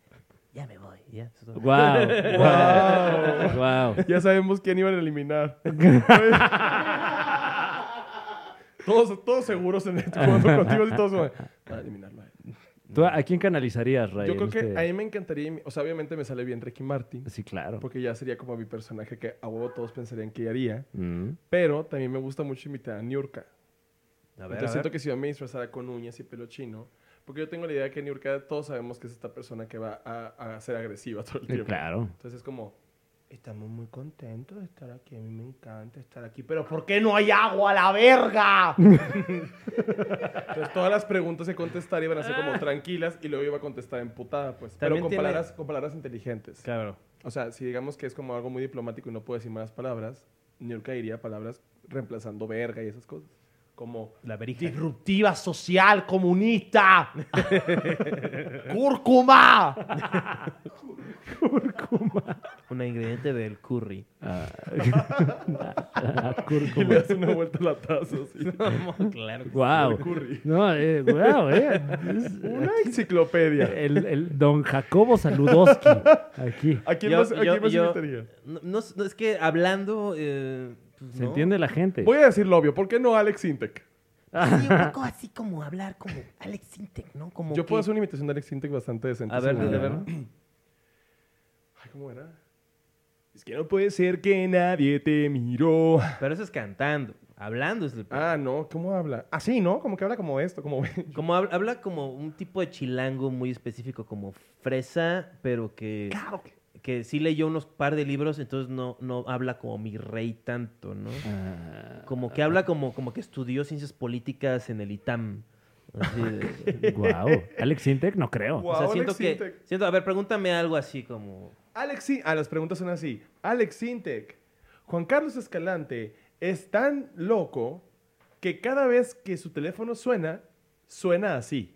Speaker 7: Ya me voy.
Speaker 6: (laughs)
Speaker 1: Ya, eso es todo.
Speaker 3: (laughs)
Speaker 2: Wow, wow,
Speaker 3: Ya sabemos quién iban a (laughs) eliminar. todos, todos seguros en (laughs) esto. Cuando contigo y todos van a eliminarlo. a él.
Speaker 2: a quién canalizarías, Ray? este?
Speaker 3: Yo creo que a mí me encantaría... imi- O sea, obviamente me sale bien Ricky Martin.
Speaker 2: Sí, claro.
Speaker 3: Porque ya sería como mi personaje que a huevo todos pensarían que haría.
Speaker 2: Mm,
Speaker 3: Pero también me gusta mucho imitar a Niurka.
Speaker 1: A ver,
Speaker 3: Entonces
Speaker 1: a
Speaker 3: siento
Speaker 1: ver.
Speaker 3: que si yo me disfrazara con uñas y pelo chino, Porque yo tengo la idea que Niurka, todos sabemos que es esta persona que va a, a ser agresiva todo el tiempo.
Speaker 2: Claro.
Speaker 3: Entonces es como,
Speaker 6: Estamos muy contentos de estar aquí. A mí me encanta estar aquí. Pero ¿por qué no hay agua a la verga?
Speaker 3: entonces todas las preguntas que contestar iban a ser como tranquilas y luego iba a contestar emputada, pues. Pero
Speaker 6: También
Speaker 3: con,
Speaker 6: tiene-
Speaker 3: palabras, con palabras inteligentes.
Speaker 6: Claro.
Speaker 3: O sea, si digamos que es como algo muy diplomático y no puedo decir malas palabras, Niurka diría palabras reemplazando verga y esas cosas. Como,
Speaker 6: La Disruptiva social comunista. Cúrcuma.
Speaker 1: Un ingrediente del curry.
Speaker 2: Ah. (laughs)
Speaker 3: (laughs) y le das una vuelta a la taza
Speaker 1: (laughs)
Speaker 3: así.
Speaker 1: claro.
Speaker 2: Wow.
Speaker 3: Curry.
Speaker 2: No, eh, wow, eh.
Speaker 3: (laughs)
Speaker 2: Es-
Speaker 3: Una
Speaker 1: Eh,
Speaker 3: enciclopedia.
Speaker 2: el, el don Jacobo Saludoski. Aquí.
Speaker 3: ¿A quién
Speaker 1: Yo-
Speaker 3: más, a quién
Speaker 1: yo-
Speaker 3: más
Speaker 1: yo-
Speaker 3: invitaría?
Speaker 1: No, no- no, es que hablando. eh, pues,
Speaker 2: Se
Speaker 1: no.
Speaker 2: entiende la gente.
Speaker 3: Voy a decirlo obvio. ¿Por qué no Alex Intec?
Speaker 7: Sí, un poco así como hablar como Alex Sintek, ¿no? Como
Speaker 3: Yo
Speaker 7: que-
Speaker 3: puedo hacer una imitación de Alex Intec bastante decente.
Speaker 1: A ver,
Speaker 3: seguro.
Speaker 1: a ver.
Speaker 3: (clears throat) Ay, ¿cómo era?
Speaker 6: Es que no puede ser que nadie te miró.
Speaker 1: Pero eso es cantando. Hablando es el.
Speaker 3: Ah, no. ¿Cómo habla?
Speaker 6: Así, ¿no? Como que habla como esto,
Speaker 3: (laughs)
Speaker 6: como...
Speaker 1: Como hab- habla como un tipo de chilango muy específico, como fresa, pero que. Que sí leyó unos par de libros, entonces no, no habla como mi rey tanto, ¿no?
Speaker 2: Ah,
Speaker 1: Como que habla como, como que estudió ciencias políticas en el ITAM. Así de-
Speaker 2: Guau. Alex Intec, no creo.
Speaker 1: o sea,
Speaker 3: Wow,
Speaker 1: siento
Speaker 3: Alex
Speaker 1: que.
Speaker 3: Intec.
Speaker 1: Siento, a ver, pregúntame algo así como.
Speaker 3: Alex In- Ah, las preguntas son así. Alex Intec, Juan Carlos Escalante es tan loco que cada vez que su teléfono suena, suena así.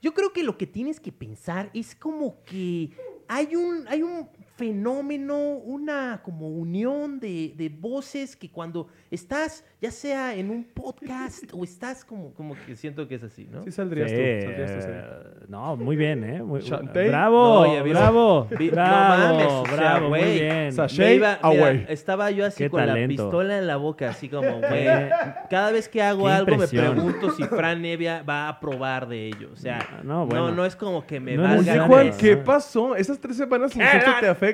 Speaker 7: Yo creo que lo que tienes que pensar es como que hay un, hay un fenómeno, una como unión de, de voces que cuando estás, ya sea en un podcast o estás como...
Speaker 1: Como que siento que es así, ¿no?
Speaker 3: Sí saldrías
Speaker 2: Sí,
Speaker 3: tú. Saldrías tú sí.
Speaker 2: eh, No, muy bien, ¿eh? Muy-
Speaker 3: Chantey.
Speaker 2: Bravo,
Speaker 1: No, oye, vi-
Speaker 2: bravo,
Speaker 1: vi- no
Speaker 2: bravo,
Speaker 1: mames, o sea,
Speaker 2: bravo, muy
Speaker 1: güey.
Speaker 2: bien.
Speaker 3: Sasha.
Speaker 1: Me
Speaker 3: Shade
Speaker 1: iba- mira,
Speaker 3: away.
Speaker 1: estaba yo así
Speaker 2: Qué
Speaker 1: con la
Speaker 2: talento.
Speaker 1: pistola en la boca, así
Speaker 2: (laughs)
Speaker 1: como, güey. Cada vez que hago
Speaker 2: Qué
Speaker 1: algo me
Speaker 2: impresión.
Speaker 1: pregunto
Speaker 2: (laughs)
Speaker 1: si Fran Nevia va a aprobar de ello. O sea, no,
Speaker 2: No, no, bueno.
Speaker 1: no, es como que me
Speaker 2: No
Speaker 1: valga.
Speaker 2: necesitas-
Speaker 1: madre.
Speaker 3: Juan,
Speaker 2: Ajá.
Speaker 3: ¿qué pasó? Esas tres semanas sin sexo te afectan.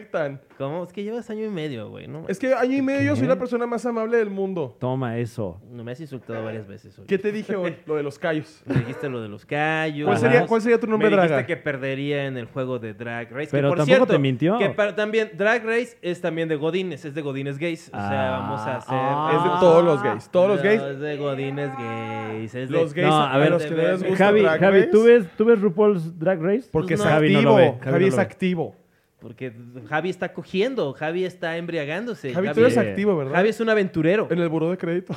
Speaker 1: ¿Cómo? Es que llevas año y medio, güey. No,
Speaker 3: Es que año y medio yo soy
Speaker 2: ¿Qué?
Speaker 3: la persona más amable del mundo.
Speaker 2: Toma eso.
Speaker 1: no me has insultado varias veces hoy.
Speaker 3: ¿Qué te dije hoy? Lo de los
Speaker 2: Pues
Speaker 3: callos.
Speaker 1: Me dijiste lo de los callos.
Speaker 3: ¿Cuál sería, cuál sería tu nombre,
Speaker 1: me dijiste
Speaker 3: Draga?
Speaker 1: que perdería en el juego de Drag Race. que,
Speaker 2: Pero
Speaker 1: por
Speaker 2: tampoco
Speaker 1: cierto,
Speaker 2: te mintió.
Speaker 1: Que para- también Drag Race es también de Godines, es de Godines Gays. O sea,
Speaker 2: Ah,
Speaker 1: vamos a hacer.
Speaker 2: ah.
Speaker 3: Es de todos los gays. Todos los
Speaker 1: No,
Speaker 3: gays.
Speaker 1: Es de Godines Gays. es de-
Speaker 3: Los gays
Speaker 2: No,
Speaker 3: a,
Speaker 2: a ver,
Speaker 3: los que no les gusta
Speaker 2: Eh, Javi,
Speaker 3: Drag
Speaker 2: Javi
Speaker 3: Race,
Speaker 2: ¿tú, ves, ¿tú ves RuPaul's Drag Race?
Speaker 6: Porque
Speaker 1: Pues
Speaker 6: es
Speaker 1: no.
Speaker 2: Javi
Speaker 6: activo.
Speaker 2: no
Speaker 6: Javi,
Speaker 2: lo ve, Javi no
Speaker 6: es
Speaker 2: lo ve.
Speaker 6: activo.
Speaker 1: Porque Javi está cogiendo, Javi está embriagándose.
Speaker 3: Javi, tú
Speaker 1: Javi,
Speaker 3: eres
Speaker 2: Sí.
Speaker 3: activo, ¿verdad?
Speaker 1: Javi es un aventurero.
Speaker 3: En el buró de crédito.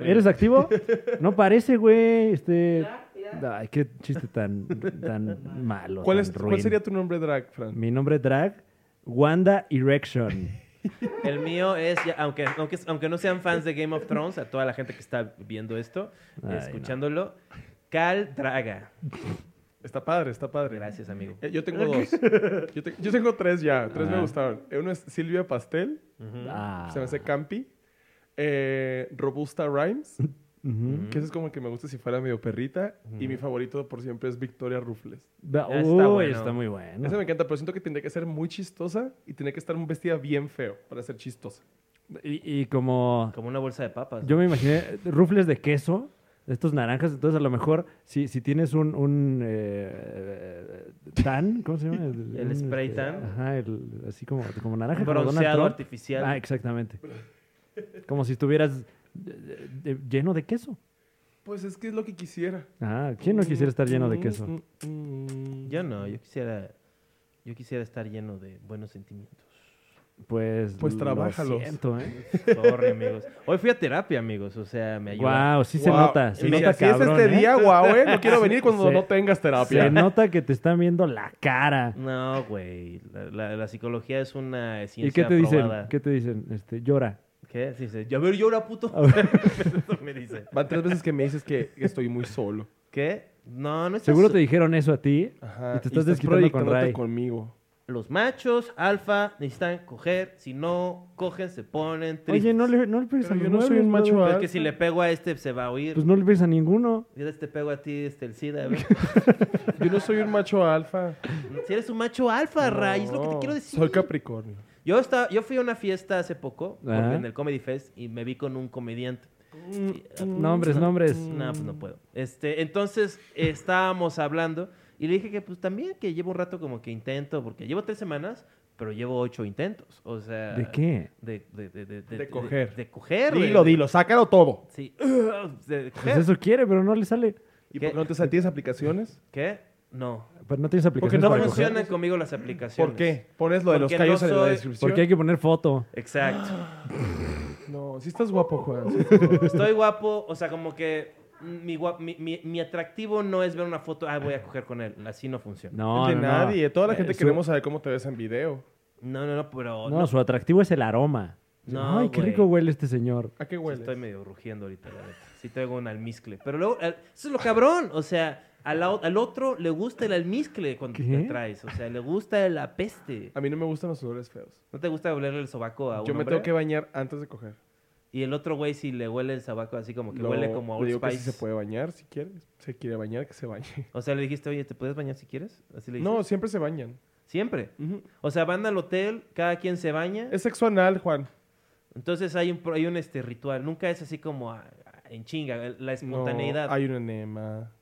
Speaker 2: ¿Eres
Speaker 3: (laughs)
Speaker 2: activo? No parece, güey. Este... Ay, qué chiste tan, tan malo.
Speaker 3: ¿Cuál,
Speaker 2: tan
Speaker 3: es,
Speaker 2: ruin.
Speaker 3: ¿Cuál sería tu nombre drag, Fran?
Speaker 2: Mi nombre es drag, Wanda Erection.
Speaker 1: El mío es, ya- aunque, aunque, aunque no sean fans de Game of Thrones, a toda la gente que está viendo esto,
Speaker 2: Ay,
Speaker 1: escuchándolo, Cal Draga.
Speaker 3: Está padre, está padre.
Speaker 1: Gracias, amigo.
Speaker 3: Eh, Yo tengo dos. Yo, te- yo tengo tres ya. Tres me
Speaker 2: Ajá.
Speaker 3: gustaron. Eh, Uno es Silvia Pastel.
Speaker 2: Ah.
Speaker 3: Se me hace campi. Eh, Robusta Rhymes.
Speaker 2: (laughs) Ujú.
Speaker 3: Que ese es como el que me gusta si fuera medio perrita. Y mi favorito por siempre es Victoria Rufles.
Speaker 2: Da-
Speaker 1: Está
Speaker 2: Uy,
Speaker 1: bueno.
Speaker 2: está muy bueno.
Speaker 3: Ese me encanta, pero siento que tendría que ser muy chistosa. Y tendría que estar vestida bien feo para ser chistosa.
Speaker 2: Y, y como
Speaker 1: Como una bolsa de papas.
Speaker 2: yo me imaginé, eh, rufles de queso, de estos naranjas, entonces a lo mejor si, si tienes un, un eh, tan, ¿cómo se
Speaker 1: (laughs)
Speaker 2: llama?
Speaker 1: El
Speaker 2: un,
Speaker 1: spray
Speaker 2: este,
Speaker 1: tan.
Speaker 2: Ajá, el- así como, como naranja. como Donald
Speaker 1: bronceado
Speaker 2: Trump.
Speaker 1: artificial.
Speaker 2: Ah, exactamente. Como si estuvieras eh, eh, lleno de queso.
Speaker 3: Pues es que es lo que quisiera. Mm,
Speaker 2: Ah, ¿quién no quisiera estar lleno
Speaker 1: Mm.
Speaker 2: de queso?
Speaker 1: Yo no, yo quisiera, yo quisiera estar lleno de buenos sentimientos.
Speaker 2: Pues,
Speaker 3: Pues
Speaker 2: lo
Speaker 3: trabájalos.
Speaker 2: siento, ¿eh?
Speaker 1: Sorry, amigos. Hoy fui a terapia, amigos. O sea, me ayuda.
Speaker 2: Wow, sí se
Speaker 3: Guau.
Speaker 2: nota, se
Speaker 3: Y
Speaker 2: nota
Speaker 3: si así es
Speaker 2: cabrón,
Speaker 3: este
Speaker 2: ¿eh?
Speaker 3: día, guau, eh, No
Speaker 2: (laughs)
Speaker 3: quiero venir cuando
Speaker 2: Se-
Speaker 3: no tengas terapia.
Speaker 2: Se nota que te están viendo la cara.
Speaker 1: No, güey. La, la- la psicología es una ciencia
Speaker 2: ¿Y qué te dicen?
Speaker 1: aprobada.
Speaker 2: ¿Qué te dicen? Este, llora.
Speaker 1: ¿Qué? Sí, dice, ya ver, llora, puto. (laughs) me dice.
Speaker 3: Van tres veces que me dices que estoy muy solo.
Speaker 1: ¿Qué? No, no estás
Speaker 2: Seguro
Speaker 1: so-
Speaker 2: te dijeron eso a ti
Speaker 3: Ajá.
Speaker 2: y te estás desquitando con
Speaker 3: proyectándote
Speaker 2: Ray.
Speaker 3: conmigo.
Speaker 1: Los machos alfa necesitan coger. Si no cogen, se ponen tristes.
Speaker 2: Oye, no le, no le pegues
Speaker 3: Pero
Speaker 2: a
Speaker 3: yo
Speaker 2: los
Speaker 3: no soy un
Speaker 2: nueve,
Speaker 3: macho
Speaker 2: brother.
Speaker 1: Pero es que si le pego a este, se va a oír.
Speaker 2: Pues no le pegues a ninguno.
Speaker 1: Yo te pego a ti, este, el SIDA. a ver.
Speaker 3: Yo no soy un macho alfa.
Speaker 1: si eres un macho alfa, Ray, es lo que te
Speaker 3: No,
Speaker 1: quiero decir.
Speaker 3: Soy Capricornio.
Speaker 1: Yo, estaba, yo fui a una fiesta hace poco, porque
Speaker 2: Ajá.
Speaker 1: en el Comedy Fest, y me vi con un comediante. ah,
Speaker 2: Mm, Nombres, nombres.
Speaker 1: No, pues no puedo. Este, entonces estábamos hablando y le dije que pues también que llevo un rato como que intento, porque llevo tres semanas, pero llevo ocho intentos. O sea.
Speaker 2: ¿De qué?
Speaker 1: De, de, de, de,
Speaker 3: De coger.
Speaker 1: De, coger. de-
Speaker 6: Dilo, dilo, sácalo todo.
Speaker 1: Sí. (laughs) De
Speaker 2: Pues
Speaker 1: coger.
Speaker 2: eso quiere, pero no le sale.
Speaker 6: ¿Y
Speaker 1: ¿Qué?
Speaker 6: por qué no te sal- tienes aplicaciones?
Speaker 1: ¿Qué? No.
Speaker 2: Pero no tienes aplicación.
Speaker 1: No
Speaker 2: para coger.
Speaker 1: funcionan conmigo las aplicaciones.
Speaker 6: ¿Por qué? Pones lo de los
Speaker 1: Porque
Speaker 6: callos
Speaker 1: no
Speaker 6: en la
Speaker 1: soy-
Speaker 6: descripción.
Speaker 2: Porque hay que poner foto.
Speaker 1: Exacto.
Speaker 3: No, si estás guapo, Juan.
Speaker 6: (laughs)
Speaker 1: Estoy guapo, o sea, como que mi, guap- mi, mi- mi atractivo no es ver una foto, ah, voy a coger con él. Así no funciona.
Speaker 2: No,
Speaker 3: de
Speaker 2: no, no.
Speaker 3: nadie. Toda la gente
Speaker 2: Eh, su-
Speaker 3: queremos saber cómo te ves en video.
Speaker 1: No, no, no, pero.
Speaker 2: No, su atractivo es el aroma.
Speaker 1: No,
Speaker 2: Ay, qué
Speaker 1: güey.
Speaker 2: rico huele este señor.
Speaker 3: ¿A qué
Speaker 1: Sí
Speaker 3: huele?
Speaker 1: estoy medio rugiendo ahorita, la neta. Sí traigo un almizcle. Pero luego, al- eso es lo cabrón. O sea, al, ao- al otro le gusta el almizcle cuando
Speaker 2: ¿Qué?
Speaker 1: te traes. O sea, le gusta la peste.
Speaker 3: A mí no me gustan los olores feos.
Speaker 1: ¿No te gusta olerle el sobaco a un
Speaker 3: Yo me
Speaker 1: hombre?
Speaker 3: tengo que bañar antes de coger.
Speaker 1: Y el otro güey si le huele el sobaco así como que
Speaker 3: Lo-
Speaker 1: huele como a
Speaker 3: le
Speaker 1: Old
Speaker 3: digo que
Speaker 1: Spice.
Speaker 3: si se puede bañar, si quiere. Se quiere bañar, que se bañe.
Speaker 1: O sea, le dijiste, oye, ¿te puedes bañar si quieres? Así le
Speaker 3: No,
Speaker 1: dijiste.
Speaker 3: siempre se bañan.
Speaker 1: Siempre.
Speaker 3: Ujú.
Speaker 1: O sea, van al hotel, cada quien se baña.
Speaker 3: Es sexo anal, Juan.
Speaker 1: Entonces hay un, pro- hay un este, ritual. Nunca es así como ah, ah, en chinga, el- la
Speaker 3: No,
Speaker 1: espontaneidad.
Speaker 3: hay un enema.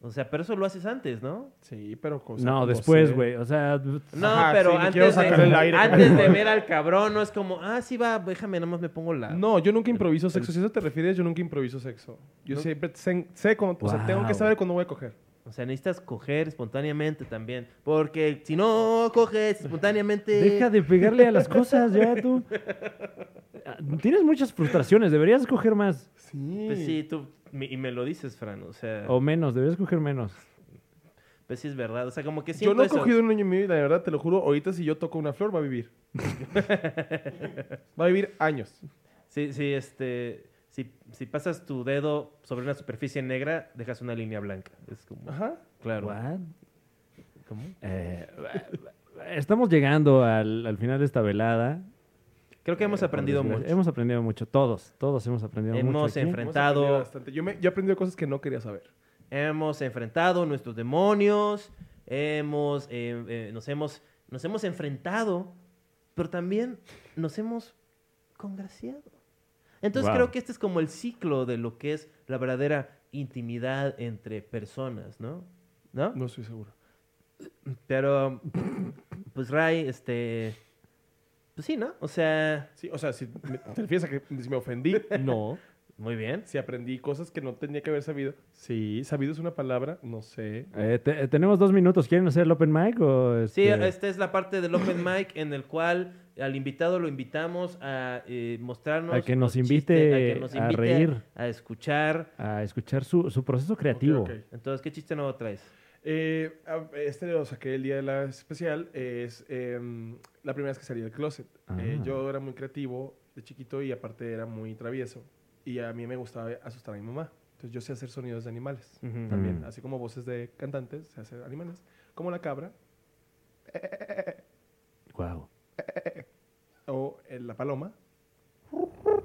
Speaker 1: O sea, pero eso lo haces antes, ¿no?
Speaker 3: Sí, pero cosa
Speaker 2: No,
Speaker 3: como
Speaker 2: después,
Speaker 3: sé.
Speaker 2: güey. O sea,
Speaker 1: No,
Speaker 3: Ajá,
Speaker 1: pero
Speaker 3: sí, le quiero
Speaker 1: antes,
Speaker 3: sacar el
Speaker 1: de,
Speaker 3: aire.
Speaker 1: antes de ver al cabrón, no es como, ah, sí va, déjame, nomás me pongo la...
Speaker 3: No, yo nunca improviso sexo. Si a eso te refieres, yo nunca improviso sexo. Yo siempre sé, sé cómo... O sea, tengo que
Speaker 2: Wow.
Speaker 3: saber cuándo voy a coger.
Speaker 1: O sea, necesitas coger espontáneamente también. Porque si no coges espontáneamente...
Speaker 2: deja de pegarle a las cosas ya tú. Ah, Tienes muchas frustraciones. Deberías coger más
Speaker 3: Sí.
Speaker 1: Pues sí, tú... me- y me lo dices, Fran, o sea...
Speaker 3: Oh.
Speaker 2: o menos. Deberías coger menos.
Speaker 1: Pues sí es verdad. O sea, como que siento
Speaker 3: Yo no he
Speaker 1: eso.
Speaker 3: cogido en un año y medio y la verdad, te lo juro, ahorita si yo toco una flor va a (laughs) vivir. va a vivir años.
Speaker 1: Sí, sí, este... Si, si pasas tu dedo sobre una superficie negra, dejas una línea blanca. Es como...
Speaker 3: Ajá.
Speaker 1: Claro.
Speaker 2: What?
Speaker 1: ¿Cómo?
Speaker 2: Eh, estamos llegando al, al final de esta velada.
Speaker 1: Creo que hemos aprendido
Speaker 2: Por
Speaker 1: mucho.
Speaker 2: desgracia.
Speaker 1: Hemos,
Speaker 2: Hemos aprendido mucho. Todos, todos hemos aprendido mucho. aquí.
Speaker 3: Hemos
Speaker 1: enfrentado...
Speaker 3: aprendido bastante. Yo, me- yo he aprendido cosas que no quería saber.
Speaker 1: Hemos enfrentado nuestros demonios, hemos, eh, eh, nos, hemos, nos hemos enfrentado, pero también nos hemos congraciado. Entonces
Speaker 2: Wow.
Speaker 1: creo que este es como el ciclo de lo que es la verdadera intimidad entre personas, ¿no? ¿No?
Speaker 3: No estoy seguro.
Speaker 1: Pero, pues Ray, este... Pues sí, ¿no? O sea,
Speaker 3: Sí, o sea, si me, te refieres a que si me ofendí, (laughs) no.
Speaker 1: (laughs) muy bien.
Speaker 3: Si aprendí cosas que no tenía que haber sabido, sí. Sabido es una palabra, no sé.
Speaker 2: Eh, te- tenemos dos minutos. ¿Quieren hacer el open mic o
Speaker 1: Sí,
Speaker 2: este-
Speaker 1: esta es la parte del
Speaker 2: (coughs)
Speaker 1: open mic en el cual al invitado lo invitamos a eh, mostrarnos...
Speaker 2: A que nos
Speaker 1: los
Speaker 2: invite
Speaker 1: chistes,
Speaker 2: a reír.
Speaker 1: A escuchar.
Speaker 2: a escuchar su, su proceso creativo?
Speaker 3: Ok, ok.
Speaker 1: Entonces, ¿qué chiste nuevo traes?
Speaker 3: Eh, a- este lo saqué el día de la especial. Es em, la primera vez que salí del closet. Eh,
Speaker 2: Ah.
Speaker 3: yo era muy creativo de chiquito y aparte era muy travieso. Y a mí me gustaba asustar a mi mamá. Entonces yo sé hacer sonidos de animales. También,
Speaker 2: Mm.
Speaker 3: así como voces de cantantes, sé hacer animales. Como la cabra
Speaker 2: Guau.
Speaker 3: o eh, la paloma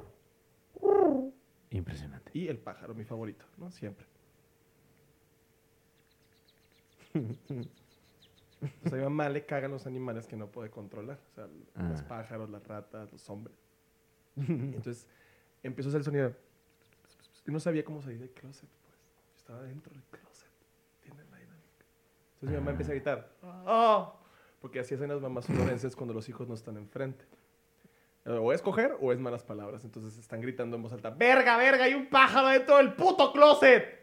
Speaker 3: (laughs)
Speaker 2: Impresionante.
Speaker 3: y el pájaro, mi favorito, ¿no? Siempre. Entonces, a mi mamá le cagan los animales que no puede controlar. O sea, los
Speaker 2: Ah.
Speaker 3: pájaros, las ratas, los hombres. Y Entonces empezó a hacer el sonido. Y no sabía cómo salir del closet, pues. Yo estaba dentro del closet. Tiene la dinámica. Entonces mi mamá empieza a gritar. ¡Oh! Porque así hacen las mamás sonorenses cuando los hijos no están enfrente. Eh, O es coger o es malas palabras. Entonces están gritando en voz alta. ¡Verga, verga! ¡Hay un pájaro dentro del puto closet!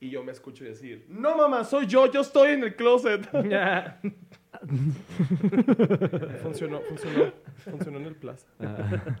Speaker 3: Y yo me escucho decir. ¡No, mamá! ¡Soy yo! ¡Yo estoy en el closet! (laughs) funcionó, funcionó. Funcionó en el plaza.
Speaker 2: Ah.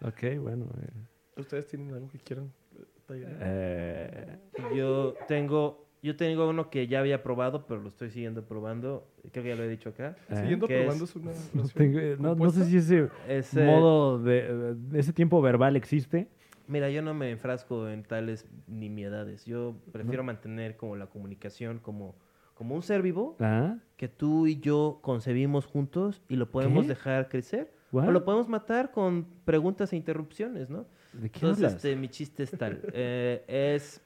Speaker 2: ok, bueno. eh,
Speaker 3: ¿Ustedes tienen algo que quieran? eh, tallar?
Speaker 2: eh,
Speaker 1: Yo tengo, yo tengo uno que ya había probado, pero lo estoy siguiendo probando. Creo que ya lo he dicho acá.
Speaker 2: ¿Eh?
Speaker 3: Siguiendo
Speaker 1: ¿Qué
Speaker 3: probando
Speaker 1: es?
Speaker 3: es una
Speaker 1: (laughs)
Speaker 2: no,
Speaker 3: oración
Speaker 2: tengo- eh, no- no
Speaker 3: compuesta.
Speaker 2: sé si ese
Speaker 1: Es, eh,
Speaker 2: modo de, de ese tiempo verbal existe.
Speaker 1: Mira, yo no me enfrasco en tales nimiedades. Yo prefiero mantener como la comunicación como, como un ser vivo
Speaker 2: Ah,
Speaker 1: que tú y yo concebimos juntos y lo podemos
Speaker 2: ¿Qué?
Speaker 1: dejar crecer.
Speaker 2: What?
Speaker 1: O lo podemos matar con preguntas e interrupciones, ¿no?
Speaker 2: ¿De qué
Speaker 1: Entonces,
Speaker 2: hablas?
Speaker 1: este, mi chiste es
Speaker 2: (laughs)
Speaker 1: tal. Eh, es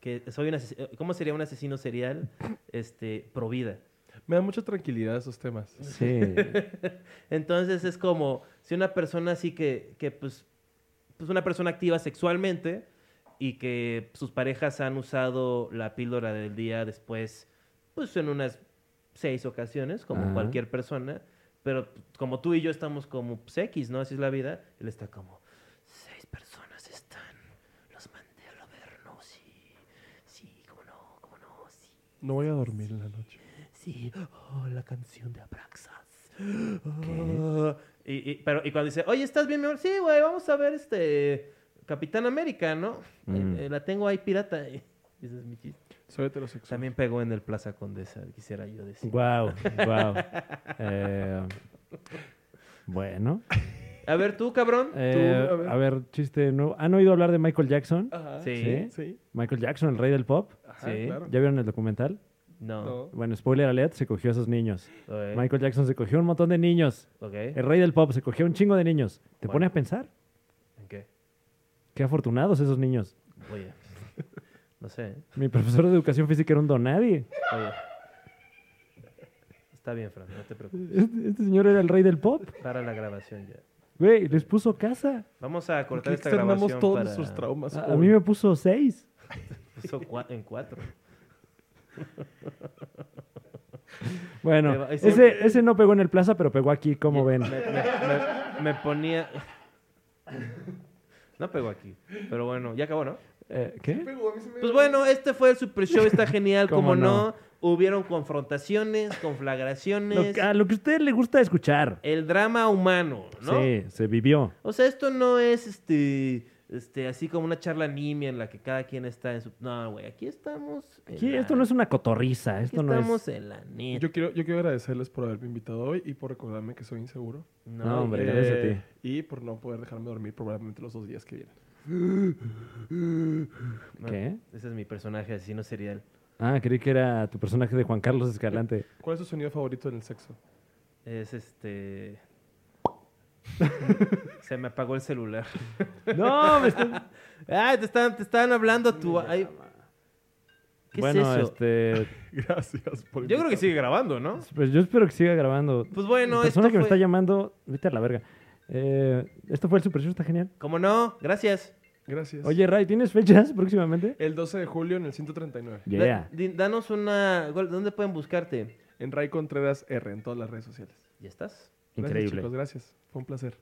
Speaker 1: que soy un asesino. ¿Cómo sería un asesino serial? Este, pro vida.
Speaker 3: Me da mucha tranquilidad esos temas.
Speaker 2: Sí.
Speaker 1: este, Entonces es como si una persona así que, que pues, pues, una persona activa sexualmente y que sus parejas han usado la píldora del día después, pues en unas seis ocasiones, como
Speaker 2: Ajá.
Speaker 1: cualquier persona. Pero pues, como tú y yo estamos como pues, X, ¿no? Así es la vida. Él está como, seis personas están, los mandé al verno, sí, sí, cómo no, cómo no, sí.
Speaker 6: No voy a dormir en la noche.
Speaker 1: Sí, oh, la canción de Abraxas. Ah, y, y- pero, y cuando dice, oye, ¿estás bien, mi amor? Sí, güey, vamos a ver este Capitán América, ¿no?
Speaker 2: Mm.
Speaker 1: Eh, eh, la tengo ahí pirata. (laughs) Y ese es mi chiste.
Speaker 3: Soy heterosexual.
Speaker 1: También pegó en el Plaza Condesa, quisiera yo (laughs) decir.
Speaker 2: Wow,
Speaker 1: (laughs)
Speaker 2: wow. Eh, bueno.
Speaker 1: A ver, tú, cabrón.
Speaker 2: Eh,
Speaker 3: Tú, a ver.
Speaker 2: a ver, chiste nuevo. ¿Han oído hablar de Michael Jackson?
Speaker 1: Ah.
Speaker 3: Ajá.
Speaker 1: Sí.
Speaker 2: ¿Sí?
Speaker 3: Sí.
Speaker 2: Michael Jackson, el rey del pop.
Speaker 3: Ajá,
Speaker 1: Sí.
Speaker 3: claro.
Speaker 2: ¿Ya vieron el documental?
Speaker 1: No.
Speaker 2: Ah.
Speaker 3: No.
Speaker 2: Bueno, spoiler alert, se cogió a esos niños.
Speaker 1: Ok.
Speaker 2: Michael Jackson se cogió un montón de niños.
Speaker 1: Ok.
Speaker 2: El rey del pop se cogió un chingo de niños. ¿Te
Speaker 1: Bueno.
Speaker 2: pone a pensar?
Speaker 1: ¿En qué?
Speaker 2: Qué afortunados esos niños.
Speaker 1: Oye. No sé. ¿eh?
Speaker 2: Mi profesor de educación física era un donadie.
Speaker 1: Oye. Está bien, Fran, no te preocupes.
Speaker 2: Este, este señor era el rey del pop.
Speaker 1: Para la grabación ya.
Speaker 2: Güey, les puso casa.
Speaker 1: Vamos a
Speaker 3: ¿Por
Speaker 1: cortar
Speaker 3: qué
Speaker 1: esta grabación
Speaker 3: externamos todos
Speaker 1: para...
Speaker 3: nuestros traumas?
Speaker 2: Ah, A, a
Speaker 3: hoy?
Speaker 2: mí me puso seis.
Speaker 1: Puso cua- en cuatro. Me
Speaker 2: Bueno,
Speaker 1: va- ese-
Speaker 2: ese, ese no pegó en el plaza, pero pegó aquí, como ven.
Speaker 1: Me, me- me- me ponía. No pegó aquí. Pero bueno, ya acabó, ¿no?
Speaker 2: Eh, ¿Qué?
Speaker 1: Pues bueno, este fue el Super Show.
Speaker 2: (laughs)
Speaker 1: Está genial,
Speaker 2: ¿Cómo
Speaker 1: como no?
Speaker 2: no?
Speaker 1: Hubieron confrontaciones,
Speaker 2: Lo
Speaker 1: conflagraciones.
Speaker 2: que, a lo que a usted le gusta escuchar.
Speaker 1: El drama humano, ¿no?
Speaker 2: Sí, se vivió.
Speaker 1: O sea, esto no es este. Este, así como una charla nimia en la que cada quien está en su. No, güey, aquí estamos. en
Speaker 2: Aquí
Speaker 1: la-
Speaker 2: esto no es una cotorriza,
Speaker 1: aquí
Speaker 2: esto no
Speaker 1: estamos
Speaker 2: es...
Speaker 1: en la neta.
Speaker 3: Yo quiero, yo quiero agradecerles por haberme invitado hoy y por recordarme que soy inseguro.
Speaker 2: No, hombre,
Speaker 3: Eh,
Speaker 2: gracias a ti.
Speaker 3: Y por no poder dejarme dormir probablemente los dos días que vienen.
Speaker 1: no,
Speaker 2: ¿Qué?
Speaker 1: Ese es mi personaje asesino serial.
Speaker 2: Ah, creí que era tu personaje de Juan Carlos Escalante.
Speaker 3: ¿Cuál es tu sonido favorito en el sexo?
Speaker 1: Es este. Se me apagó el celular.
Speaker 2: (laughs) No, me estás-
Speaker 1: Ah, te están, te están hablando a tu. ay. ¿Qué
Speaker 2: bueno,
Speaker 1: es eso?
Speaker 2: este...
Speaker 3: (laughs) Gracias por
Speaker 1: Yo creo que sigue grabando, ¿no?
Speaker 2: Pues yo espero que siga grabando.
Speaker 1: Pues
Speaker 2: La
Speaker 1: bueno, esto
Speaker 2: persona que me
Speaker 1: fue-
Speaker 2: está llamando, vete a la verga. Eh, esto fue el Super Show, está genial.
Speaker 1: Como no, gracias.
Speaker 3: Gracias.
Speaker 2: Oye, Ray, ¿tienes fechas (laughs) próximamente?
Speaker 3: El 12 de julio en el 139.
Speaker 1: Da-
Speaker 2: Yeah.
Speaker 1: di- danos una. ¿cuál- ¿Dónde pueden buscarte?
Speaker 3: En Ray Contreras R en todas las redes sociales.
Speaker 1: ¿Ya estás?
Speaker 3: Gracias,
Speaker 2: Increíble.
Speaker 3: chicos, gracias. Fue un placer.